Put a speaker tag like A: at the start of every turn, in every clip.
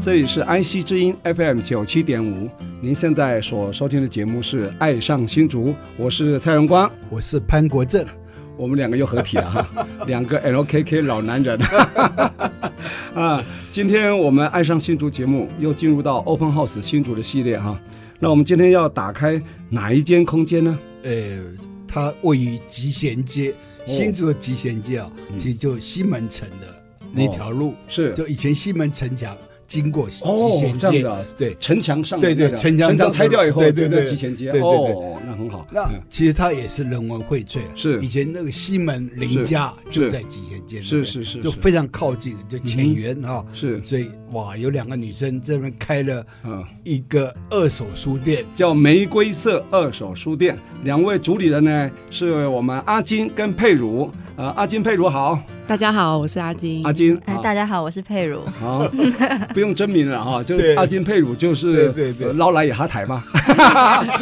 A: 这里是安溪之音 FM 九七点五，您现在所收听的节目是《爱上新竹》，我是蔡荣光，
B: 我是潘国正，
A: 我们两个又合体了 哈，两个 LKK 老男人 啊！今天我们《爱上新竹》节目又进入到 Open House 新竹的系列哈、那我们今天要打开哪一间空间呢？
B: 呃，它位于集贤街，
A: 哦
B: 新竹的集贤街啊、
A: 嗯
B: 其实就西门城的那条路，
A: 是
B: 就以前西门城墙经过集
A: 哦
B: 贤，
A: 这样
B: 街，
A: 的啊
B: 对。
A: 城墙上
B: 对对
A: 那个
B: 城墙
A: 城墙
B: 上
A: 拆掉以后，
B: 对对
A: 那
B: 对
A: 提前街
B: 对对对
A: 哦，那很好。
B: 那
A: 嗯
B: 其实它也是人文荟萃啊，
A: 是
B: 以前那个西门林家
A: 是
B: 就在集贤街那
A: 是
B: 边，
A: 是是嗯
B: 就是非常靠近，就浅园哈，
A: 是
B: 所以哇，有两个女生这边开了
A: 嗯。
B: 一个二手书店，
A: 叫玫瑰色二手书店。两位主理人呢，是我们阿金跟佩如。呃，阿金、佩如好，
C: 大家好，我是阿金。
A: 阿金，
D: 哎，
A: 啊
D: 大家好，我是佩 如。
A: 好，不用真名了哈，就是
B: 对
A: 阿金佩乳，就是
B: 对对对
A: 呃捞来也哈台 嘛，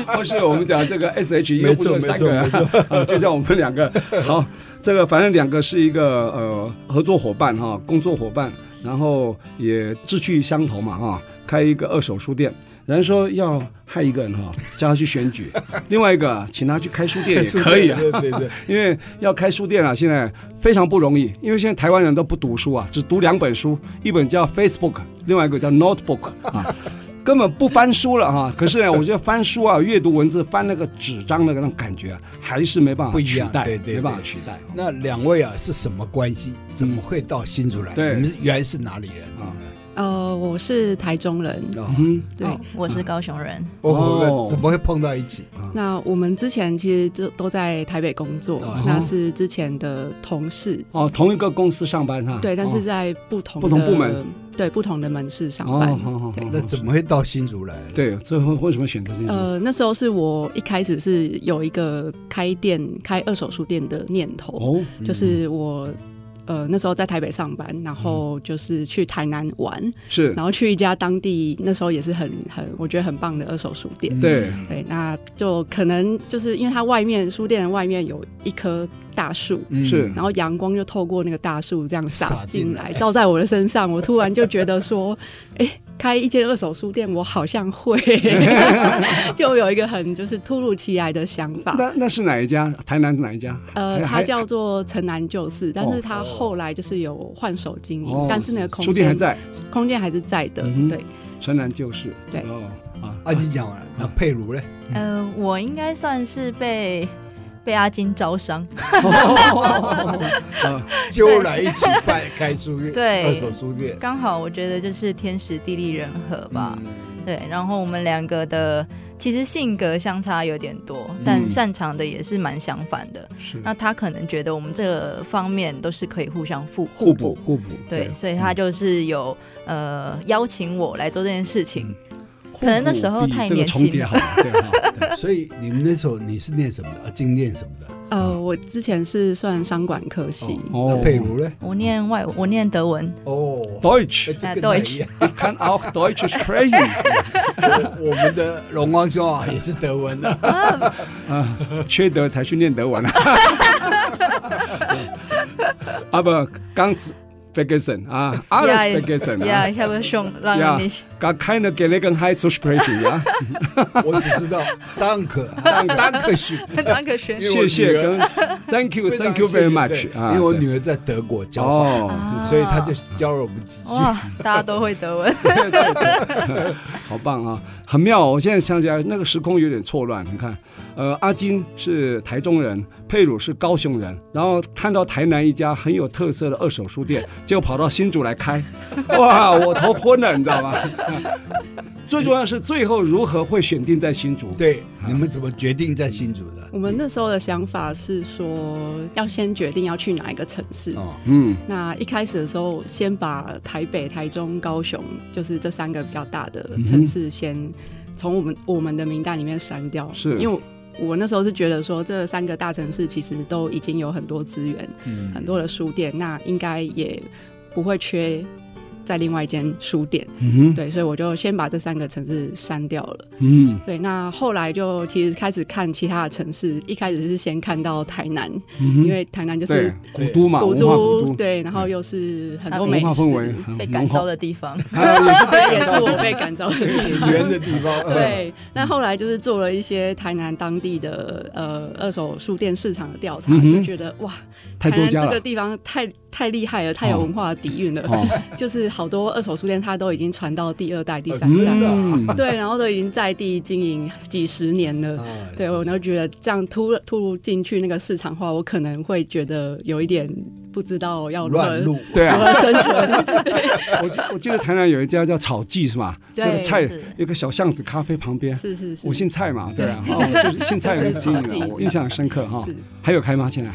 A: 或是我们讲这个 S H E，
B: 没错
A: 三个人
B: 没错，
A: 啊就叫我们两个。好，这个反正两个是一个呃合作伙伴哈，工作伙伴，然后也志趣相投嘛哈，开一个二手书店。人说要害一个人哈，叫他去选举；另外一个请他去开书店也可 以啊。
B: 对对对，
A: 因为要开书店啊，现在非常不容易，因为现在台湾人都不读书啊，只读两本书，一本叫 Facebook，另外一个叫 Notebook 啊。 根本不翻书了哈、啊可是呢，我觉得翻书啊，阅读文字，翻那个纸张的那种感觉、啊，还是没办法
B: 不一
A: 取
B: 样
A: 代，
B: 对对
A: 没办法
B: 对
A: 取代。
B: 那两位啊是什么关系？怎么会到新竹来？
A: 对
B: 你们原来是哪里人
A: 啊
B: 啊？
C: 呃，我是台中人。
B: 哦，
A: 嗯，
C: 对，
D: 哦我是高雄人。
A: 哦
B: 哦，怎么会碰到一起？
C: 那我们之前其实都都在台北工作，
B: 哦
C: 那是之前的同事。
A: 哦，同一个公司上班哈、
C: 对，但是在不同的
A: 哦不同部门，
C: 对不同的门市上
A: 哦，
C: 班。
A: 哦好好好
C: 对，
B: 那怎么会到新竹来？，
A: 对，最后为什么选择这种？
C: 呃，那时候是我一开始是有一个开店、开二手书店的念头，
A: 哦，
C: 就是我呃那时候在台北上班，然后
A: 嗯
C: 就是去台南玩，
A: 是
C: 然后去一家当地那时候也是很很我觉得很棒的二手书店。
A: 对，
C: 对，那就可能就是因为它外面书店的外面有一棵大树，
B: 嗯
A: 是
C: 然后阳光就透过那个大树这样洒
B: 洒进
C: 进
B: 来
C: 来，照在我的身上，我突然就觉得说，哎、开一间二手书店，我好 像会，就有一个很就是突如其来的想法。
A: 那那是哪一家？台南哪一家？
C: 呃，
A: 还
C: 它
A: 还
C: 叫做城南旧事，但
A: 哦
C: 是它后来就是有换手经营，
A: 哦
C: 嗯但是那个空
A: 书店还
C: 间
A: 在，
C: 空间还是在的，
A: 嗯哼
C: 对，
A: 城南旧事。
C: 对
A: 哦啊，
B: 阿金讲完了，那佩 如嘞？
A: 嗯
D: 呃，我应该算是被被阿金招商。
B: 揪来一起办开书 店，
D: 对
B: 二手书店，
D: 刚好我觉得就是天时地利人和吧。
A: 嗯
D: 对，然后我们两个的其实性格相差有点多，
A: 嗯
D: 但擅长的也是蛮相反的。
A: 是
D: 那他可能觉得我们这个方面都是可以互相互
A: 互补。互补，
D: 对，所以
A: 嗯
B: 嗯
D: 他就是有呃邀请我来做这件事
A: 嗯
D: 情。可能那时候太
A: 这个
D: 年
A: 重
D: 轻
A: 叠 好了，对 哈，对
B: 所以你们那时候你是念什么的？阿金念什么的？
C: 呃，我之前是算商管科系，
A: 哦
B: 那佩如嘞？
D: 我念外，我念德文，
B: 哦，
A: Deutsch，
B: 哎这
D: 哎
B: 跟他一 样。
A: you can auch Deutsch sprechen，
B: 我我们的荣光兄啊也是德 文的，
A: 缺德才去念德文啊。 啊不，ganz vergessen 啊，alles vergessen
D: 呀，
A: 啊。
D: ich habe schon
A: Ja.
D: lange nicht
A: Gar keine Gelegenheit zu sprechen 啊，
B: 我只知道 Dank Dank 许。
D: danke schön
B: 因为
A: 谢
B: 我
A: 谢
B: 女儿
A: 跟 Thank you，Thank you
B: 非
A: very
B: 常谢谢
A: much
B: 对
A: 啊。
B: 因为我
A: 对
B: 女儿在德国交换，
A: 哦，
B: 所以她就教了我们几 句。
D: 哇，大家都会德文。
A: 好棒啊！很妙、哦。我现在想起来，那个时空有点错乱。你看，呃，阿金是台中人，佩鲁是高雄人，然后看到台南一家很有特色的二手书店，结果跑到新竹来开，哇，我头昏了，你知道吗？最重要是最后如何会选定在新竹？
B: 对，你们怎么决定在新竹的？
C: 我们那时候的想法是说，要先决定要去哪一个城市。
B: 哦，
A: 嗯，
C: 那一开始的时候，先把台北、台中、高雄，就是这三个比较大的城市，先从我们我们的名单里面删掉，
A: 是
C: 因为。我那时候是觉得说，这三个大城市其实都已经有很多资源，很多的书店，那应该也不会缺在另外一间书店。
A: 嗯哼，
C: 对，所以我就先把这三个城市删掉了。
A: 嗯
C: 对，那后来就其实开始看其他的城市，一开始是先看到台南，
A: 嗯哼，
C: 因为台南就是
A: 对古都嘛，
C: 古
A: 文化古
C: 都，
A: 都，
C: 对，然后又是很多
D: 它
A: 文
C: 美
A: 化氛围
C: 食，
A: 很
D: 被
A: 浓
D: 感
A: 厚
D: 召的地方，
A: 啊也是
C: 所以也是我被感 召的地
B: 起
C: 方。
B: 源的地方，呃，
C: 对，那后来就是做了一些台南当地的呃二手书店市场的调查，
A: 嗯哼
C: 就觉得哇，
A: 太
C: 台
A: 多
C: 南
A: 家
C: 这
A: 了
C: 个。地方太太厉害了，太有文化底蕴了，
A: 哦，
C: 就是好多二手书店它都已经传到第二代、第三代，
B: 的啊
A: 嗯，
C: 对，然后都已经在地经营几十年了。
B: 啊，
C: 对，我就觉得这样突突入进去那个市场化，我可能会觉得有一点不知道要如何
B: 乱
C: 如
B: 入，
A: 对啊，
C: 何生存。
A: 我记我记得台南有一家叫草记是吧？
C: 对
A: 那个菜
D: 是
A: 有个小巷子咖啡旁边，
C: 是是是，
A: 我姓蔡嘛，对啊，哦，就是姓蔡的经
C: 就是
A: 营啊，
C: 草记
A: 我印象很深刻哈
C: 是。
A: 还有开吗？现在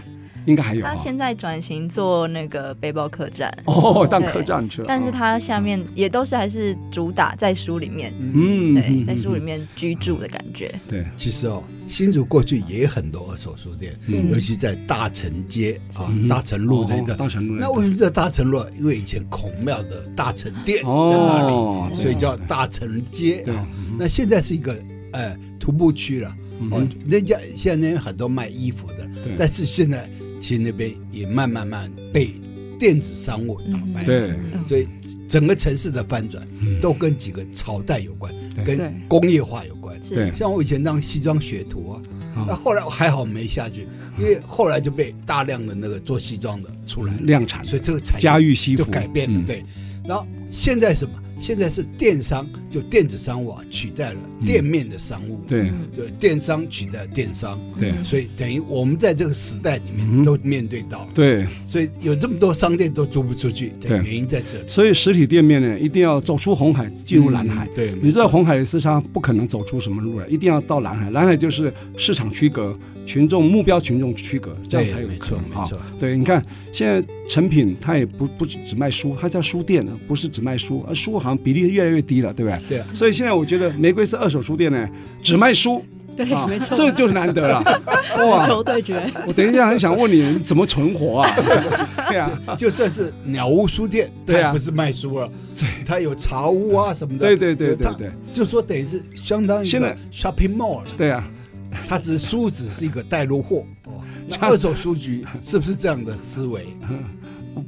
A: 应该还有啊
D: 他
A: 哈。
D: 现在转型做那个背包客栈，
A: 哦，当客栈去了。
D: 但是
A: 哦
D: 它下面也都是还是主打在书里面，
A: 嗯，
D: 对，
A: 嗯
D: 在书里面居住的感觉。
A: 对，
B: 其实哦，新竹过去也很多二手书店，
A: 嗯
B: 尤其在大城街啊
A: 嗯、
B: 大城路那
A: 哦
B: 个。
A: 大城路
B: 那为什么叫大城路啊？因为以前孔庙的大城殿在那里，
A: 哦，
B: 所以叫大城街
A: 对
B: 啊。那现在是一个呃徒步区了，哦
A: 嗯，
B: 人家现在那边很多卖衣服的
A: 对，
B: 但是现在其实那边也慢慢慢被电子商务打败，
A: 对，嗯
B: 所以整个城市的翻转都跟几个朝代有关，
A: 对
C: 对
B: 跟工业化有关。
D: 是
A: 对
B: 像我以前当西装学徒啊，
A: 哦
B: 那后来我还好没下去，
A: 嗯
B: 因为后来就被大量的那个做西装的出来，
A: 量产
B: 所以这个产业
A: 嗯家喻西
B: 就
A: 服
B: 改变了，
A: 嗯
B: 对。然后现在什么？现在是电商，就电子商务啊，取代了店面的商务，
A: 嗯对
D: 嗯
B: 对，电商取代电商，
A: 对
B: 所以等于我们在这个时代里
A: 嗯
B: 面都面对到了，
A: 对，
B: 所以有这么多商店都租不出去，
A: 对
B: 对，原因在这里，
A: 所以实体店面呢，一定要走出红海，进入蓝海
B: 嗯。对，
A: 你知道红海的厮杀不可能走出什么路啊来，一定要到蓝海。蓝海就是市场区隔、群众目标群众区隔，这样才
B: 对，
A: 有
B: 没
A: 可
B: 错，
A: 能
B: 没
A: 啊。
B: 错，
A: 对，你看现在成品它也不不只卖书，它叫书店呢，不是只卖书，而书好像比例越来越低了，对不对？
B: 对啊。
A: 所以现在我觉得玫瑰是二手书店呢，只卖书啊
C: 对，没，错，
A: 这就是难 得了。
C: 足
A: 哇，
C: 球对决，
A: 我等一下很想问你，你怎么存活啊？ 对啊，
B: 就算是鸟屋书店，它
A: 对啊
B: 也不是卖书了，它有茶屋啊什么的。
A: 对对对对
B: 它
A: 对，
B: 就说等于是相当于一
A: 现
B: 个
A: 在
B: shopping mall，了
A: 对啊，
B: 它只是书只是一个带入货。 哦，那
A: 像
B: 二手书局是不是这样的思维？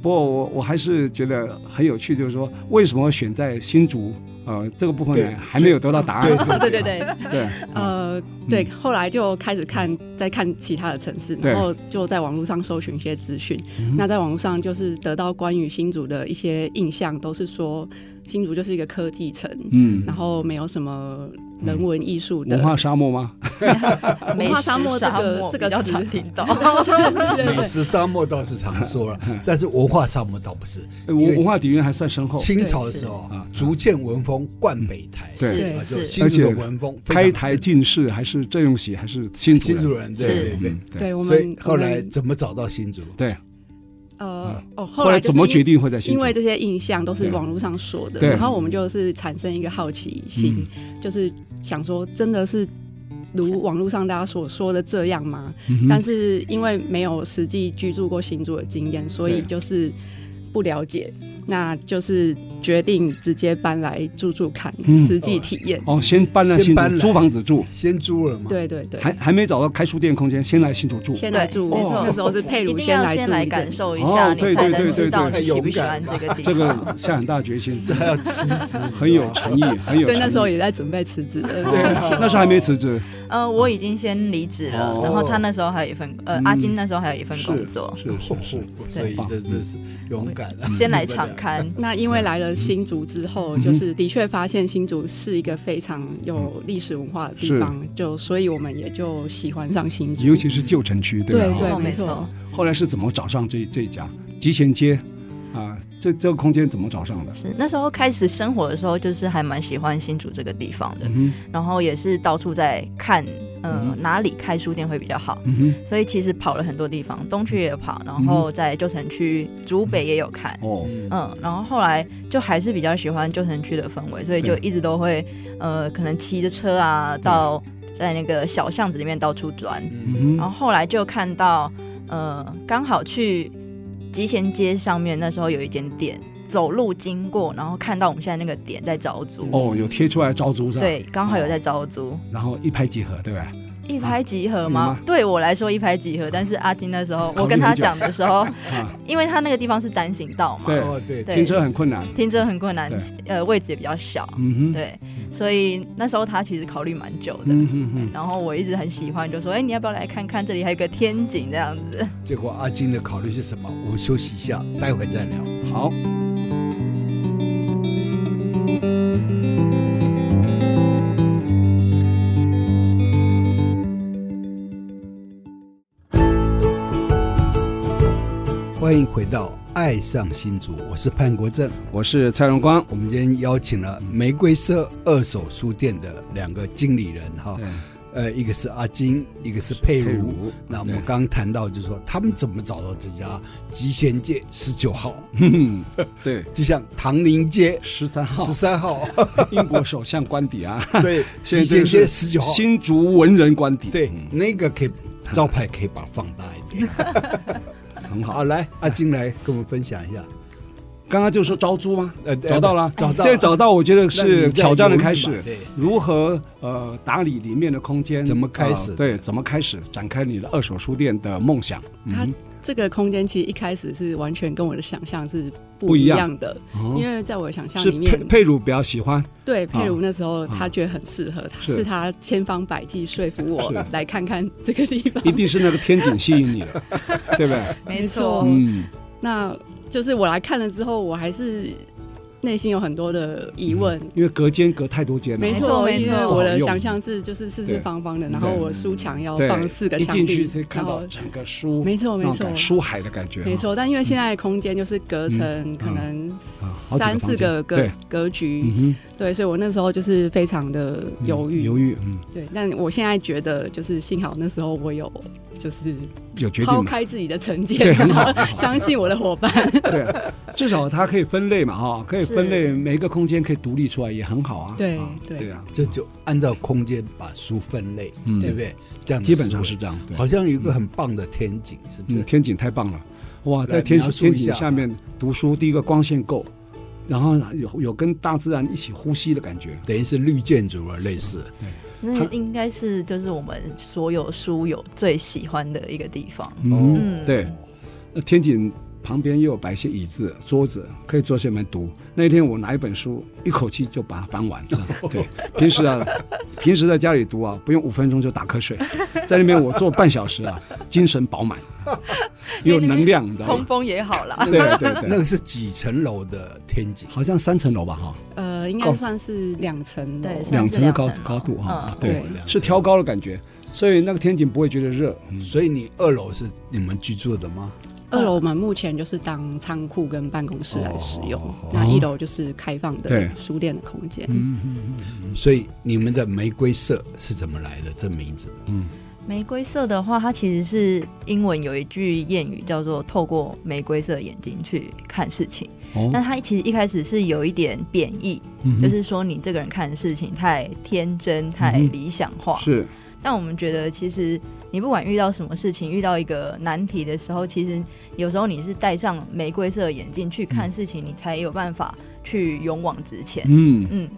A: 不过我我还是觉得很有趣，就是说为什么选在新竹？呃，这个部分
B: 对
A: 呢还没有得到答
B: 对
A: 案。
B: 对
C: 对对对，
A: 对，
C: 呃，对，
A: 嗯
C: 后来就开始看，再看其他的城市，
A: 对
C: 然后就在网络上搜寻一些资讯。
A: 嗯
C: 那在网络上就是得到关于新竹的一些印象，都是说新竹就是一个科技城，
A: 嗯，
C: 然后没有什么人文艺术的
A: 文化沙漠吗？
D: 美
C: 文化
D: 食
C: 沙
D: 沙
C: 漠
D: 漠
C: 这个这个
D: 比较
C: 词
D: 常听 到，
B: 美食沙漠倒是常说了， 但是文化沙漠倒不是。
A: 呃文文化底蕴还算深厚。
B: 清朝的时候
A: 哦对是啊，嗯
B: 竹剑文风冠北台，
A: 对
D: 是
B: 啊，就是新竹的文风非常
A: 开台
B: 盛
A: 进士还是郑用喜还是新竹
B: 新
A: 人？
B: 竹人，对对对
A: 嗯，对
C: 对我
B: 所
C: 们
B: 以后来
C: 我们
B: 怎么找到新竹？
A: 对。
C: 呃哦，后
A: 嗯后来
C: 来就是
A: 怎么决
C: 因？
A: 定会在新
C: 因
A: 竹？
C: 为这些印象都
A: 对
C: 是网络上说的，
A: 对嗯
C: 然后我们就是产生一个好奇心，就是想说，真的是如网络上大家所说的这样吗？
A: 嗯哼
C: 但是因为没有实际居住过新竹的经验，所以
A: 对
C: 就是不了解，那就是决定直接搬来住住看，
A: 嗯
C: 实际体验。
A: 哦，先搬来
B: 先
A: 新
B: 搬
A: 竹
B: 来
A: 租房子住，
B: 先租了嘛？
C: 对对对，
A: 还还没找到开书店空间，先来新竹住。
C: 先
D: 对
C: 来住，
D: 没错
C: 那时候是佩
D: 一
C: 鲁
D: 定要
C: 来
D: 先
C: 住
D: 来
C: 一阵
D: 感
C: 子。
D: 受一
A: 哦
D: 下，你
A: 对
D: 才
A: 对
D: 能
A: 对
D: 知道
A: 对对
D: 你喜不喜欢这个地方。
A: 这个下很大决心，
B: 这还要辞职，
A: 很有诚意，很有诚意。
C: 对，那时候也在准备辞职的
A: 对
C: 事情。
A: 那时候还没辞职，
D: 呃，我已经先离职了，
A: 哦
D: 然后他那时候还有一份，呃，
A: 嗯
D: 阿金那时候还有一份
B: 哦
D: 工作，
A: 是是是，
B: 所以这这是勇敢的，啊
D: 先来场刊。
C: 那因为来了了新竹之后，
A: 嗯哼
C: 就是的确发现新竹是一个非常
A: 嗯
C: 有历史文化的地方，就所以我们也就喜欢上新竹。
A: 尤其啊是旧城区，
C: 对
A: 吧？
C: 对，
D: 哦
C: 没
D: 没错
C: 错。
A: 后来是怎么找上这这一家集贤街啊？这这个空间怎么找上的？
D: 是那时候开始生活的时候，就是还蛮喜欢新竹这个地方的，
A: 嗯
D: 然后也是到处在看，呃，
A: 嗯
D: 哪里开书店会比较好
A: 哼，。嗯
D: 所以其实跑了很多地方，东区也有跑，然后在旧城区、竹北也有看
A: 哼，，哦，
D: 嗯，然后后来就还是比较喜欢旧城区的氛围，所以就
A: 对
D: 一直都会，呃，可能骑着车啊，到在那个小巷子里面到处转，
A: 嗯
D: 然
A: 哼，
D: 后后来就看到，呃，刚好去集贤街上面，那时候有一间店，走路经过，然后看到我们现在那个点在招租，
A: 哦，有贴出来招租是啊吧？，
D: 对，刚好有在招租，
A: 然后一拍即合，对吧？
D: 一拍即合
A: 有
D: 吗？
A: 吗
D: 对我来说一拍即合，但是阿金那时 候
A: 考虑
D: 我跟他
A: 很久
D: 讲的时候，
A: 啊，
D: 因为他那个地方是单行道嘛，
A: 对，
B: 哦对，
D: 对
A: 停车很困难。
D: 停车很困难
A: 对，
D: 呃，位置也比较小，
A: 嗯哼，
D: 对，所以那时候他其实考虑蛮久的。
A: 嗯哼哼，
D: 然后我一直很喜欢，就说：“哎、你要不要来看看？这里还有个天井这样子。
B: 结果阿金的考虑是什么？我们休息一下，待会再聊。
A: 好。
B: 欢迎回到《爱上新竹》，我是潘国正。
A: 我是蔡荣光。
B: 我们今天邀请了玫瑰社二手书店的两个经理人哈，呃，一个是阿金，一个是佩
A: 佩
B: 如。
A: 如，
B: 那我们刚刚谈到，就是说他们怎么找到这家集贤街十九号，
A: 嗯， 对，
B: 就像唐宁街
A: 十三号
B: 十 三号，
A: 英国首相官邸 啊，
B: 所以
A: 现
B: 集
A: 在这
B: 贤
A: 个
B: 街
A: 是
B: 十九号，
A: 新竹文人官邸，
B: 对，
A: 嗯
B: 那个可以招牌可以把它放大一 点。
A: 很好
B: 好，。来阿金来跟我们分享一下，
A: 刚刚就说招租吗？
B: 呃，
A: 找到了，
B: 找到
A: 现在找到，我觉得
B: 那你
A: 是
B: 在
A: 挑战的
B: 犹豫
A: 开
B: 嘛
A: 始。
B: 对，
A: 如何呃打理里面的空间？
B: 怎么开始
A: 呃对，怎么开始展开你的二手书店的梦想？
C: 它
A: 嗯
C: 这个空间其实一开始是完全跟我的想象是
A: 不
C: 不
A: 一
C: 一
A: 样
C: 样的，
A: 哼
C: 因为在我的想象
A: 是
C: 里
A: 佩
C: 面，
A: 佩乳比较喜欢，
C: 对
A: 啊
C: 佩如那时候他觉得很适合他，
A: 是
C: 是他千方百计说服我
A: 是
C: 来看看这个地方
A: 一。定是那个天井吸引你了， 对不对？
C: 没错嗯
A: 嗯，
C: 那就是我来看了之后，我还是内心有很多的疑问，
A: 因为隔间隔太多间了，
C: 没
D: 错
C: 错，
D: 没错
C: 因为我的想象是就是四
A: 对
C: 四方方的，然
A: 对
C: 后我的书墙要
A: 对
C: 放四个
A: 一
C: 墙
A: 进去
C: 壁
A: 就，看
C: 然
A: 到
C: 后
A: 整个书，
C: 没错
A: 那
C: 没
A: 种
C: 错
A: 感书海的感觉，
C: 没错，但因为现在的空间就是隔成可能
A: 嗯啊好几个
C: 三
A: 房
C: 四
A: 间
C: 个格
A: 对
C: 格局，
A: 嗯
C: 对，所以我那时候就是非常的
A: 哼，
C: 犹豫，
A: 犹豫，嗯，
C: 对，但我现在觉得就是幸好那时候我有就是
A: 有决
C: 抛
A: 定嘛？
C: 开自己的成
A: 对
C: 见，
A: 很
C: 然
A: 好
C: 后相信我的伙伴，
A: 对，至少它可以分类嘛，哈，可以
D: 是
A: 分类，每一个空间可以独立出来，也很好啊。
C: 对
A: 啊
C: 对
A: 对啊，
B: 这就按照空间把书分类，
A: 嗯
B: 对不对？这样的
A: 基本上
B: 思
A: 是这样。
B: 维
A: 对。
B: 好像有一个很棒的天井，是不
A: 嗯，
B: 是？
A: 天井太棒了，哇，
B: 来
A: 在天井
B: 描述
A: 天
B: 一下
A: 井下面读书，第一个光线够，然后有有跟大自然一起呼吸的感觉，
B: 等于是绿建筑了，类似。
D: 那应该是就是我们所有书友最喜欢的一个地方。
A: 嗯，
D: 嗯，
A: 对，那天井旁边又有摆一些椅子、桌子，可以坐下面读。那一天我拿一本书，一口气就把它翻完。 对，平时啊，平时在家里读啊，不用五分钟就打瞌睡，在那边我坐半小时啊，精神饱 满，又有能量，你知道
D: 通
A: 吗？
D: 风也好啦。
A: 对对
B: 那
A: 对，
B: 个是几层楼的天井？
A: 好像三层楼吧，哈，
C: 呃，应该
A: 够
C: 算是两层楼
D: 对，
A: 两层的高
D: 两层
A: 高度哈
D: 嗯，
A: 对
C: 对。
B: 两层嗯
A: 是挑。高的感觉，所以那个天井不会觉得热。
B: 所以你二楼是你们居住的吗？
A: 嗯
C: 二楼我们目前就是当仓库跟办公室来使用，那一楼就是开放
A: 哦对嗯
C: 的书店的空间。
B: 所以你们的玫瑰社是怎么来的？这名字
D: 玫瑰色的话，它其实是英文有一句谚语叫做“透过玫瑰色的眼睛去看事情”，
A: 哦嗯
D: 但它其实一开始是有一点贬义，就是说你这个人看事情太天真、太理想化。
A: 是
D: 但我们觉得，其实你不管遇到什么事情，遇到一个难题的时候，其实有时候你是戴上玫瑰色的眼镜去看事情，你才有办法去勇往直前。
A: 嗯
D: 嗯，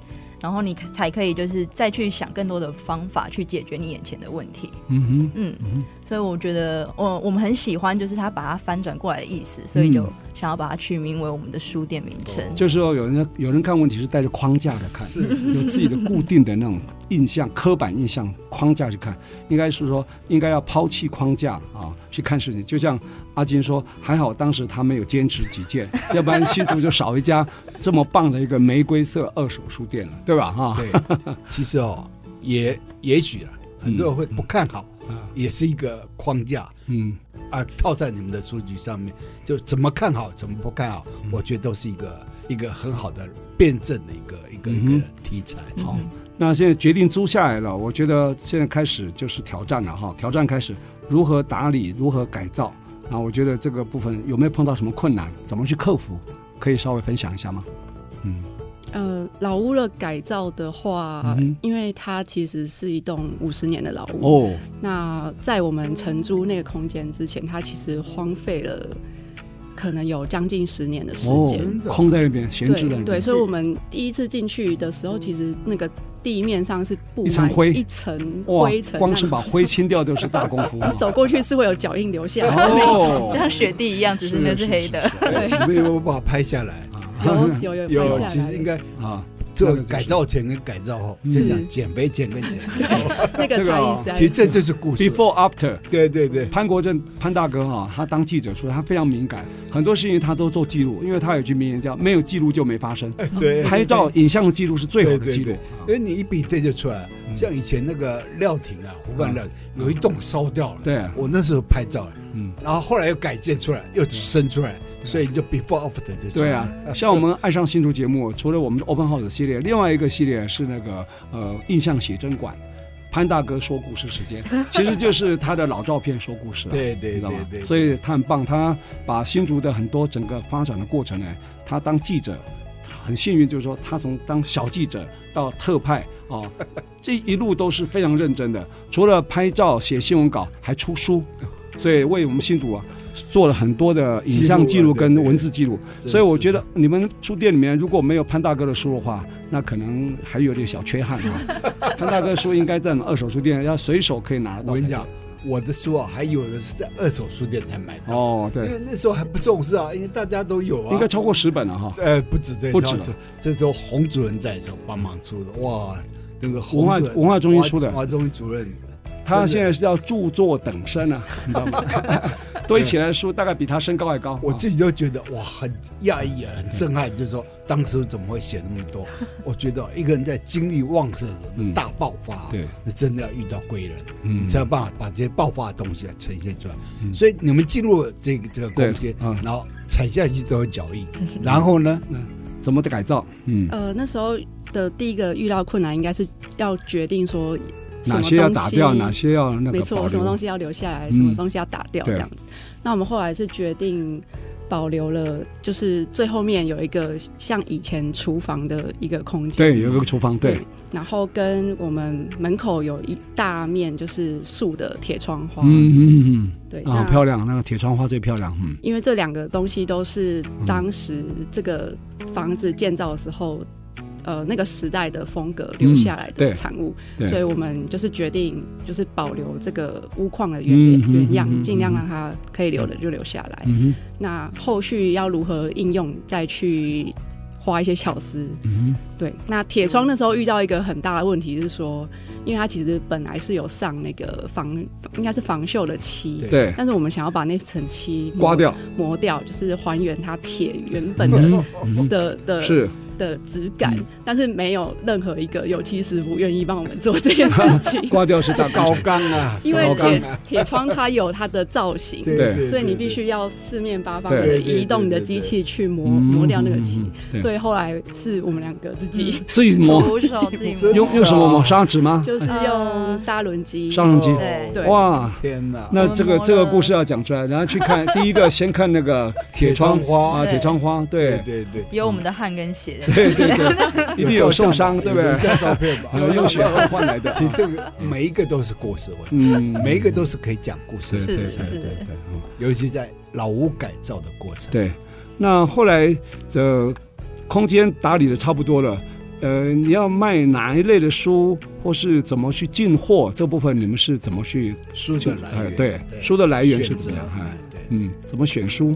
D: 然后你可才可以就是再去想更多的方法去解决你眼前的问题。
A: 嗯哼，
D: 嗯，所以我觉得，我我们很喜欢，就是他把它翻转过来的意思，所以就
A: 嗯
D: 想要把它取名为我们的书店名称。
A: 就是说有人有人看问题是带着框架的看，
B: 是
A: 有自己的固定的那种印象、刻板印象框架去看，应该是说应该要抛弃框架啊，去看事情。就像阿金说，还好当时他没有坚持己见，要不然新竹就少一家这么棒的一个玫瑰色二手书店了，对吧？哈、
B: 对，其实哦，也也许啊，很多人会不看好，
A: 啊
B: 也是一个框架
A: 嗯，
B: 啊，套在你们的数据上面，就怎么看好，怎么不看好，
A: 嗯
B: 我觉得都是一个一个很好的辩证的一个一个
A: 嗯
B: 一
A: 哼
B: 个题材。
A: 好。
C: 嗯
A: 那现在决定租下来了，我觉得现在开始就是挑战了哈，挑战开始如何打理，如何改造。啊，我觉得这个部分有没有碰到什么困难，怎么去克服，可以稍微分享一下吗？嗯
C: 呃，老屋的改造的话，
A: 嗯哼
C: 因为它其实是一栋五十年的老屋，
A: 哦，
C: 那在我们承租那个空间之前，它其实荒废了，可能有将近十年的时间。
B: 真的
A: 哦空在那边，闲置在
C: 对
A: 那
C: 对，
A: 边，
C: 所以我们第一次进去的时候，其实那个地面上是布
A: 一层
C: 满
A: 灰
C: 一层
A: 哇
C: 灰，尘，
A: 光是把灰清掉就是大功夫。
C: 走过去是会有脚印留下来的那 种。
A: 哦，
D: 像雪地一样，只是那是黑的。
B: 对，你们有没有把它拍下来？
C: 有有有拍下
B: 有，
C: 来
B: 其实应该
A: 啊，
B: 做改造前跟改造后，
A: 嗯
B: 就讲减肥前跟减肥后，
C: 那个
A: 这个
C: 差
A: 哦
C: 异实在
B: 其实这就是故事。
A: before after。
B: 对对对，
A: 潘国正潘大哥哈、他当记者出来，他非常敏感，很多事情他都做记录，因为他有句名言叫“没有记录就没发生”，
B: 对，
A: 拍照影像的记录是最好的
B: 对
A: 记
B: 对
A: 录
B: 对。因为你一比对就出来了。
A: 嗯
B: 像以前那个料亭啊，湖畔料亭有一栋烧掉了，
A: 对
B: 我那时候拍照了，
A: 嗯，
B: 然后后来又改建出来，又生出来，所以就 before after 就出
A: 对
B: 来
A: 啊
B: 了。，
A: 像我们爱上新竹节目，除了我们的 Open House 系列，另外一个系列是那个呃印象写真馆，潘大哥说故事时间，其实就是他的老照片说故事、啊。
B: 对对
A: 你知道吗
B: 对对，
A: 所以他很棒，他把新竹的很多整个发展的过程呢，他当记者很幸运，就是说他从当小记者到特派哦， 这一路都是非常认真的，除了拍照、写新闻稿，还出 书，所以为我们新竹啊做了很多的影像记录
B: 记录啊
A: 跟
B: 对对
A: 文字记录。
B: 真是
A: 所以我觉得你们书店里面如果没有潘大哥的书的话，那可能还有点小缺憾 啊。潘大哥的书应该在我们二手书店要随手可以拿得到。
B: 我跟你讲，，我的书啊，还有的是在二手书店才买到，
A: 哦，
B: 因
A: 对，
B: 为那时候还不重视啊，因为大家都有啊
A: 应该。超过十本了哈。
B: 呃，不止对，
A: 不止
B: 这时候这时候洪主任在的时候帮忙出的，哇，那个洪
A: 文化
B: 主任
A: 文化中心出的
B: 文化中心主任，
A: 他现在是要著作等身啊，你知道吗？ 堆起来的书大概比他身高还高。
B: 我自己都觉得哇，很讶异啊，很震撼，就是说当时怎么会写那么多？ 我觉得一个人在精力旺盛
A: 嗯
B: 的大爆发，
A: 对，
B: 那真的要遇到贵人，
A: 嗯
B: 你才有办法把这些爆发的东西啊呈现出来。
A: 嗯
B: 所以你们进入这个这个空间
A: 对嗯，
B: 然后踩下去都有脚 印，然后呢，
A: 怎么的改造？嗯，
C: 呃，那时候的第一个遇到困难，应该是要决定说什
A: 哪
C: 么
A: 些要
C: 东
A: 打
C: 西
A: 掉，哪些要那个
C: 没
A: 保
C: 错，
A: 留
C: 什么东西要留下来，
A: 嗯
C: 什么东西要打掉，
A: 对
C: 这样子。那我们后来是决定保留了，就是最后面有一个像以前厨房的一个空间，
A: 对，有一个厨房，对，
C: 然后跟我们门口有一大面就是树的铁窗花，
A: 嗯嗯
C: 对，
A: 嗯，啊，
C: 那
A: 漂亮，那个铁窗花最漂亮，嗯，
C: 因为这两个东西都是当时这个房子建造的时候，呃，那个时代的风格留下来
A: 嗯对
C: 的产物，
A: 对
C: 所以我们就是决定就是保留这个屋况的
A: 嗯
C: 原
A: 嗯嗯
C: 原
A: 嗯嗯
C: 样，尽量让它可以留的就留下来。
A: 嗯
C: 那后续要如何应用，再去花一些巧思。
A: 哼，嗯
C: 对，那铁窗那时候遇到一个很大的问题是说，因为它其实本来是有上那个防，应该是防锈的漆
A: 哼，。对，
C: 但是我们想要把那层漆抹
A: 刮掉，
C: 磨掉，就是还原它铁原本
A: 嗯
C: 的、
A: 嗯哼
C: 的的
A: 是
C: 的质感、
A: 嗯
C: 但是没有任何一个油漆师傅愿意帮我们做这件事 情，
A: 刮掉是大
B: 高
A: 工程
B: 杠啊，
C: 因为
B: 高杠
C: 铁
B: 啊，
C: 铁窗它有它的造型，
B: 对
A: 对
B: 对
C: 所以你
B: 对
C: 必须要四面八方
A: 对
C: 的
B: 对对
C: 移动你的
B: 对对
C: 机
B: 对
C: 器去磨
A: 嗯
C: 磨掉那个
A: 嗯
C: 漆
A: 嗯、嗯对嗯
C: 所以后来是我们两个自己、
A: 自己 磨，
D: 徒手 自己
B: 自己
D: 摸
B: 摸
A: 用用什么磨砂纸吗？
C: 就是用
A: 啊
D: 嗯
C: 砂轮机，
A: 砂轮机，
D: 对
C: 对
A: 哇，
B: 天哪，
A: 那这
D: 我
A: 个
D: 哦摸了
A: 这个故事要讲出来，然后去看第一个，先看那 个铁
B: 铁窗
A: 窗
B: 花
A: 啊，
D: 对
A: 铁窗花，
B: 对
A: 对
B: 对对，
D: 有我们的汗跟血的，，
A: 对 对对， 一定有受伤，对不
B: 有
A: 对，
B: 留？下照片吧
A: 有用 血汗换来的
B: 其，实这个每一个都是故事，我觉得
A: 嗯，
B: 每一个都是可以讲故事
A: 对
B: 的，
C: 是
A: 对
C: 是
A: 对对对，嗯
B: 尤其在老屋改造的过程。
A: 对。那后来这空间打理的差不多了，呃，你要卖哪一类的书，或是怎么去进货这部分，你们是怎么去？
B: 书的来
A: 哎
B: 源，
A: 对书的来源是
B: 选
A: 怎么样
B: 择
A: 哎
B: 哎对，
A: 嗯，怎么选书？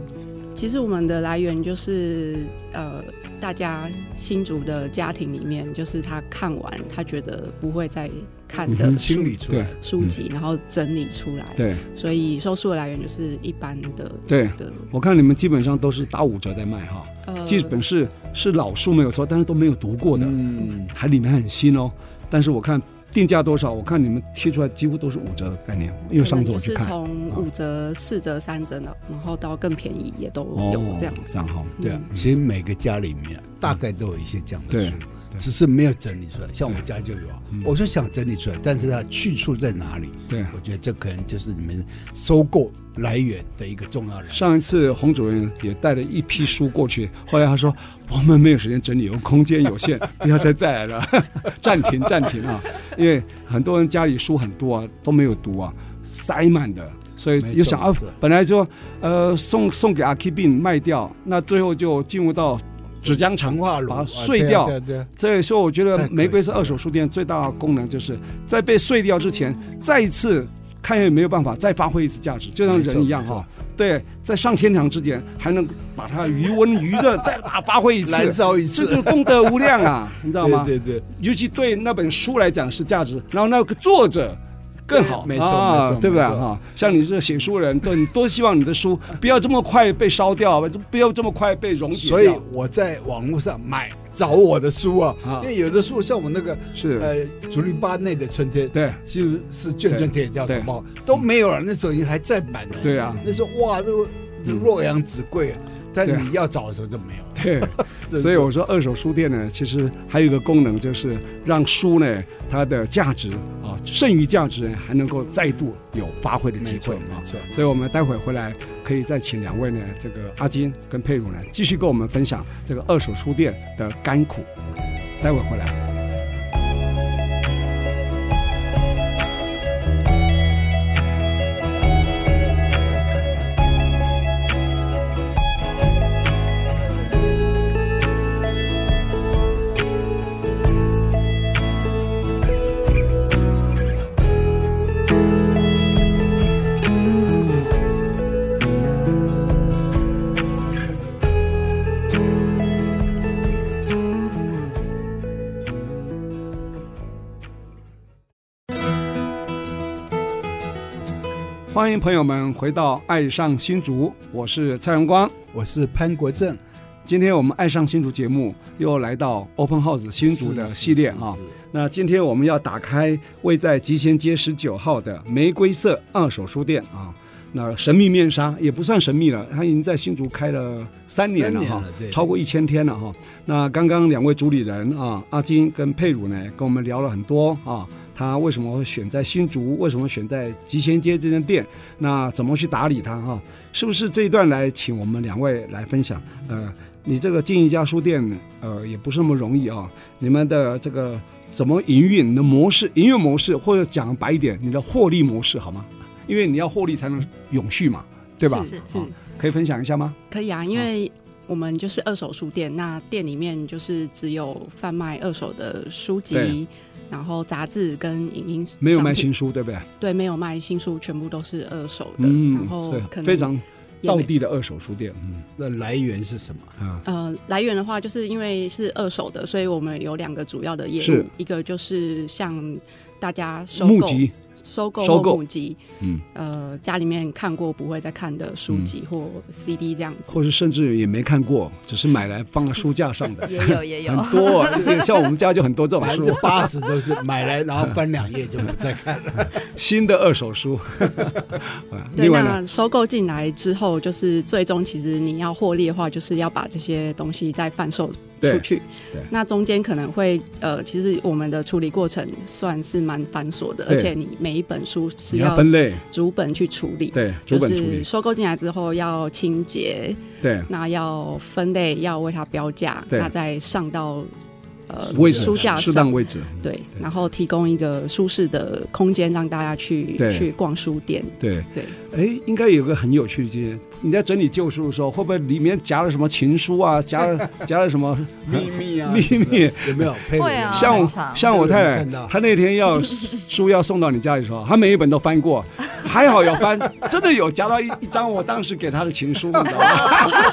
C: 其实我们的来源就是呃，大家新竹的家庭里面，就是他看完他觉得不会再看
A: 嗯
C: 的
A: 哼
C: 书、
B: 清理出来，
C: 书籍，然后整理出来。
A: 对
B: 嗯
C: 所以收书的来源就是一般的
A: 对，
C: 的
A: 我看你们基本上都是打五折在卖哈，
C: 呃，
A: 基本是是老书没有错，但是都没有读过的，
B: 嗯，
A: 还里面很新哦。但是我看定价多少，我看你们贴出来几乎都是五折的概念，因为
C: 可
A: 上
C: 能
A: 次
C: 就
A: 我去
C: 是
A: 看，
C: 从五折、四折、三折呢，然后到更便宜也都有
A: 哦，
C: 这样嗯子。
A: 这样哈，
B: 对啊，其实每个家里面大概都有一些这样的
A: 嗯对
B: 书，
A: 对
B: 只是没有整理出来。像我家就有啊
A: 嗯，
B: 我就想整理出来，但是它去处在哪里？
A: 对。
B: 我觉得这可能就是你们收购来源的一个重要的。
A: 上一次洪主任也带了一批书过去，后来他说我们没有时间整理，空间有限， 不要再再来了， 暂停暂停啊！因为很多人家里书很多啊，都没有读啊，塞满的，所以
B: 没错
A: 又想啊
B: 没错，
A: 本来说呃送送给阿 K 病卖掉，那最后就进入到纸浆厂
B: 强化炉
A: 把它
B: 啊
A: 碎
B: 对啊
A: 掉
B: 对啊对啊
A: 所以说，我觉
B: 太
A: 得
B: 可
A: 玫瑰是
B: 惜了
A: 二手书店最大的功能，就是在被碎掉之前，再一次看有没有办法再发挥一次价值，就像人一样
B: 没
A: 哈、
B: 错
A: 对，在上天堂之前，还能把它余温余 热再把它发挥一
B: 燃
A: 次，
B: 烧一
A: 这
B: 次
A: 就，是功德无量 啊，你知道吗？
B: 对对对，
A: 尤其对那本书来讲是价值，然后那个作者。更好，
B: 对没错
A: 啊
B: 没错
A: 对不对
B: 没错
A: 哈？像你这写书人，对你多希望你的书不要这么快被烧掉，不要这么快被溶解掉。
B: 所以我在网络上买找我的书啊，
A: 啊
B: 因为有的书像我那个
A: 是，
B: 呃《竹篱笆内的春天》
A: 对
B: 是是卷卷铁条
A: 对
B: 什么都没有了，那时候已经还在版呢。
A: 对啊，
B: 那时候哇，那个这
A: 嗯
B: 洛阳纸贵啊，但
A: 对啊
B: 你要找的时候就没有了。
A: 对。
B: 真是
A: 所以我说，二手书店呢，其实还有一个功能，就是让书呢它的价值啊，剩余价值呢还能够再度有发挥的机
B: 没错
A: 会
B: 没
A: 啊。
B: 错，
A: 所以我们待会儿回来可以再请两位呢，这个阿金跟佩如呢，继续跟我们分享这个二手书店的甘苦。待会儿回来。欢迎朋友们回到《爱上新竹》，我是蔡荣光。
B: 我是潘国正，
A: 今天我们《爱上新竹》节目又来到 Open House 新竹的
B: 是
A: 系列
B: 是
A: 啊。
B: 是是
A: 那今天我们要打开位在集贤街十九号的玫瑰色二手书店啊。那神秘面纱也不算神秘了，它已经在新竹开了三年了哈
B: 三年了对，
A: 超过一千天了哈。那刚刚两位主理人啊，阿金跟佩如呢，跟我们聊了很多啊，他为什么会选在新竹，为什么选在集贤街这间店，那怎么去打理它哈、是不是这一段来请我们两位来分享？呃，你这个经营一家书店，呃，也不是那么容易啊、你们的这个怎么营运？你的模式、营运模式，或者讲白一点，你的获利模式好吗？因为你要获利才能永续嘛，对吧？哦
C: 是是
A: 好可以分享一下吗？
C: 可以啊，因为我们就是二手书店，那店里面就是只有贩卖二手的书
A: 对
C: 籍。然后杂志跟影音
A: 没有卖
C: 商品
A: 新书，对不对？
C: 对，没有卖新书，全部都是二手的。然
A: 嗯，
C: 后哦
A: 对，
C: 可能
A: 非常
C: 也
A: 道
C: 没
A: 地的二手书店，嗯
B: 那来源是什么？
A: 啊，
C: 呃，来源的话，就是因为是二手的，所以我们有两个主要的业务
A: 是，
C: 一个就是像大家收购、
A: 募集
C: 收购
A: 收
C: 或
A: 购
C: 募集，
A: 嗯，
C: 呃，家里面看过不会再看的书籍或 CD 这样子。
A: 或是甚至也没看过，只是买来放在书架上 的
D: 也有
C: 哎
D: 也有，
A: 很多啊。这个像我们家就很多这种
B: 百分之
A: 书，
B: 八十都是买来然后翻两页就不再看了。
A: 新的二手书。 啊
C: 对，
A: 另外呢，
C: 那收购进来之后，就是最终其实你要获利的话，就是要把这些东西再贩售出
A: 对
C: 去
A: 对。
C: 那中间可能会呃，其实我们的处理过程算是蛮繁琐的，
A: 对
C: 而且你每一本书是
A: 你要分类，
C: 逐本去处理。
A: 对，主
C: 就
A: 本处
C: 是
A: 理，
C: 收购进来之后要清洁，
A: 对
C: 那要分类，要为它标价，
A: 对
C: 那再上到呃
A: 位置
C: 书架
A: 适
C: 上
A: 当，位置，
C: 对，然后提供一个舒适的空间让大家去
A: 对
C: 去逛书店，
A: 对
C: 对。
A: 哎，应该有个很有趣的经验。你在整理旧书的时候，会不会里面夹了什么情书啊，夹 了夹了什么？
B: 秘密啊，
A: 秘
B: 什么的
A: 密
B: 有没有？配合
D: 会啊
B: 一下
A: 像
D: 很
A: 我
D: 长
A: 像我
B: 都有人
A: 太
B: 看到
A: 太，她那天要书要送到你家里的时候，她每一本都翻过， 还好有翻，真的有夹到一一张我当时给她的情书，你知道吗？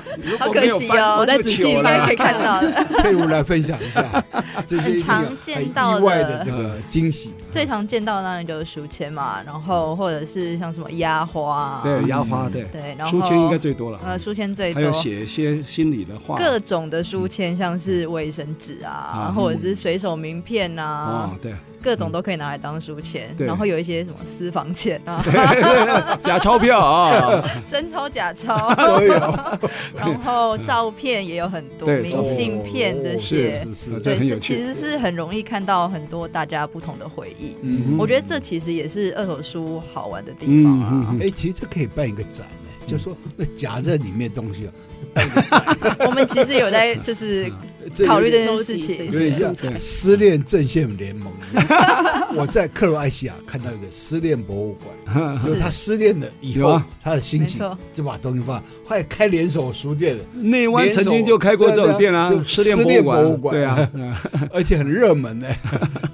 A: 如
D: 好
A: 果
D: 可
A: 没有
D: 惜
A: 翻
D: 哦，
C: 我再仔细
D: 应
C: 翻
D: 该可以看到 的。
B: 佩如来分享一 下这些一定有
D: 很常见到
B: 很
D: 的
B: 意外的这个惊喜。
D: 最常见到的当然就是书签嘛，然后或者是像什么压花啊，
A: 对压花对，
D: 对，然后
A: 书签应该最多了，
D: 呃书签最
A: 还
D: 多，
A: 有写一些心里的话。
D: 各种的书签，像是卫生纸啊，
A: 嗯
D: 或者是随手名片啊，
A: 哦，对，
D: 各种都可以拿来当书签。
A: 对
D: 然后有一些什么私房钱啊，
A: 假钞票啊，
D: 真钞假 钞，
B: 都有，
D: 然后照片也有很多，
A: 对哦
D: 明信片这
B: 哦
D: 些。
B: 是是是，
A: 这
D: 对，
A: 很有
D: 是
A: 趣
D: 其。实是很容易看到很多大家不同的回忆。
A: 嗯
D: 我觉得这其实也是二手书好玩的地方
A: 嗯嗯
D: 啊。
A: 嗯
B: 哎，其实这可以办一个展呢，就说那夹在里面的东西啊，
D: 我们其实 有在就是
B: 这
D: 考虑
B: 有
D: 这件
C: 收
D: 事
C: 集这
D: 情
C: 些
B: 有点
C: 素
B: 像
C: 材
B: 失恋阵线联盟一样。 我在克罗埃西亚看到一个失恋博物 馆，就是他失恋了以
A: 有
B: 后
A: 啊，
B: 他的心情
D: 没错
B: 就把东西放，后来开连锁书店 了，
A: 内湾曾经就开过这种店啊
B: 对啊，就
A: 失恋
B: 失恋博
A: 物
B: 物馆
A: 对啊，嗯
B: 而且很热门呢，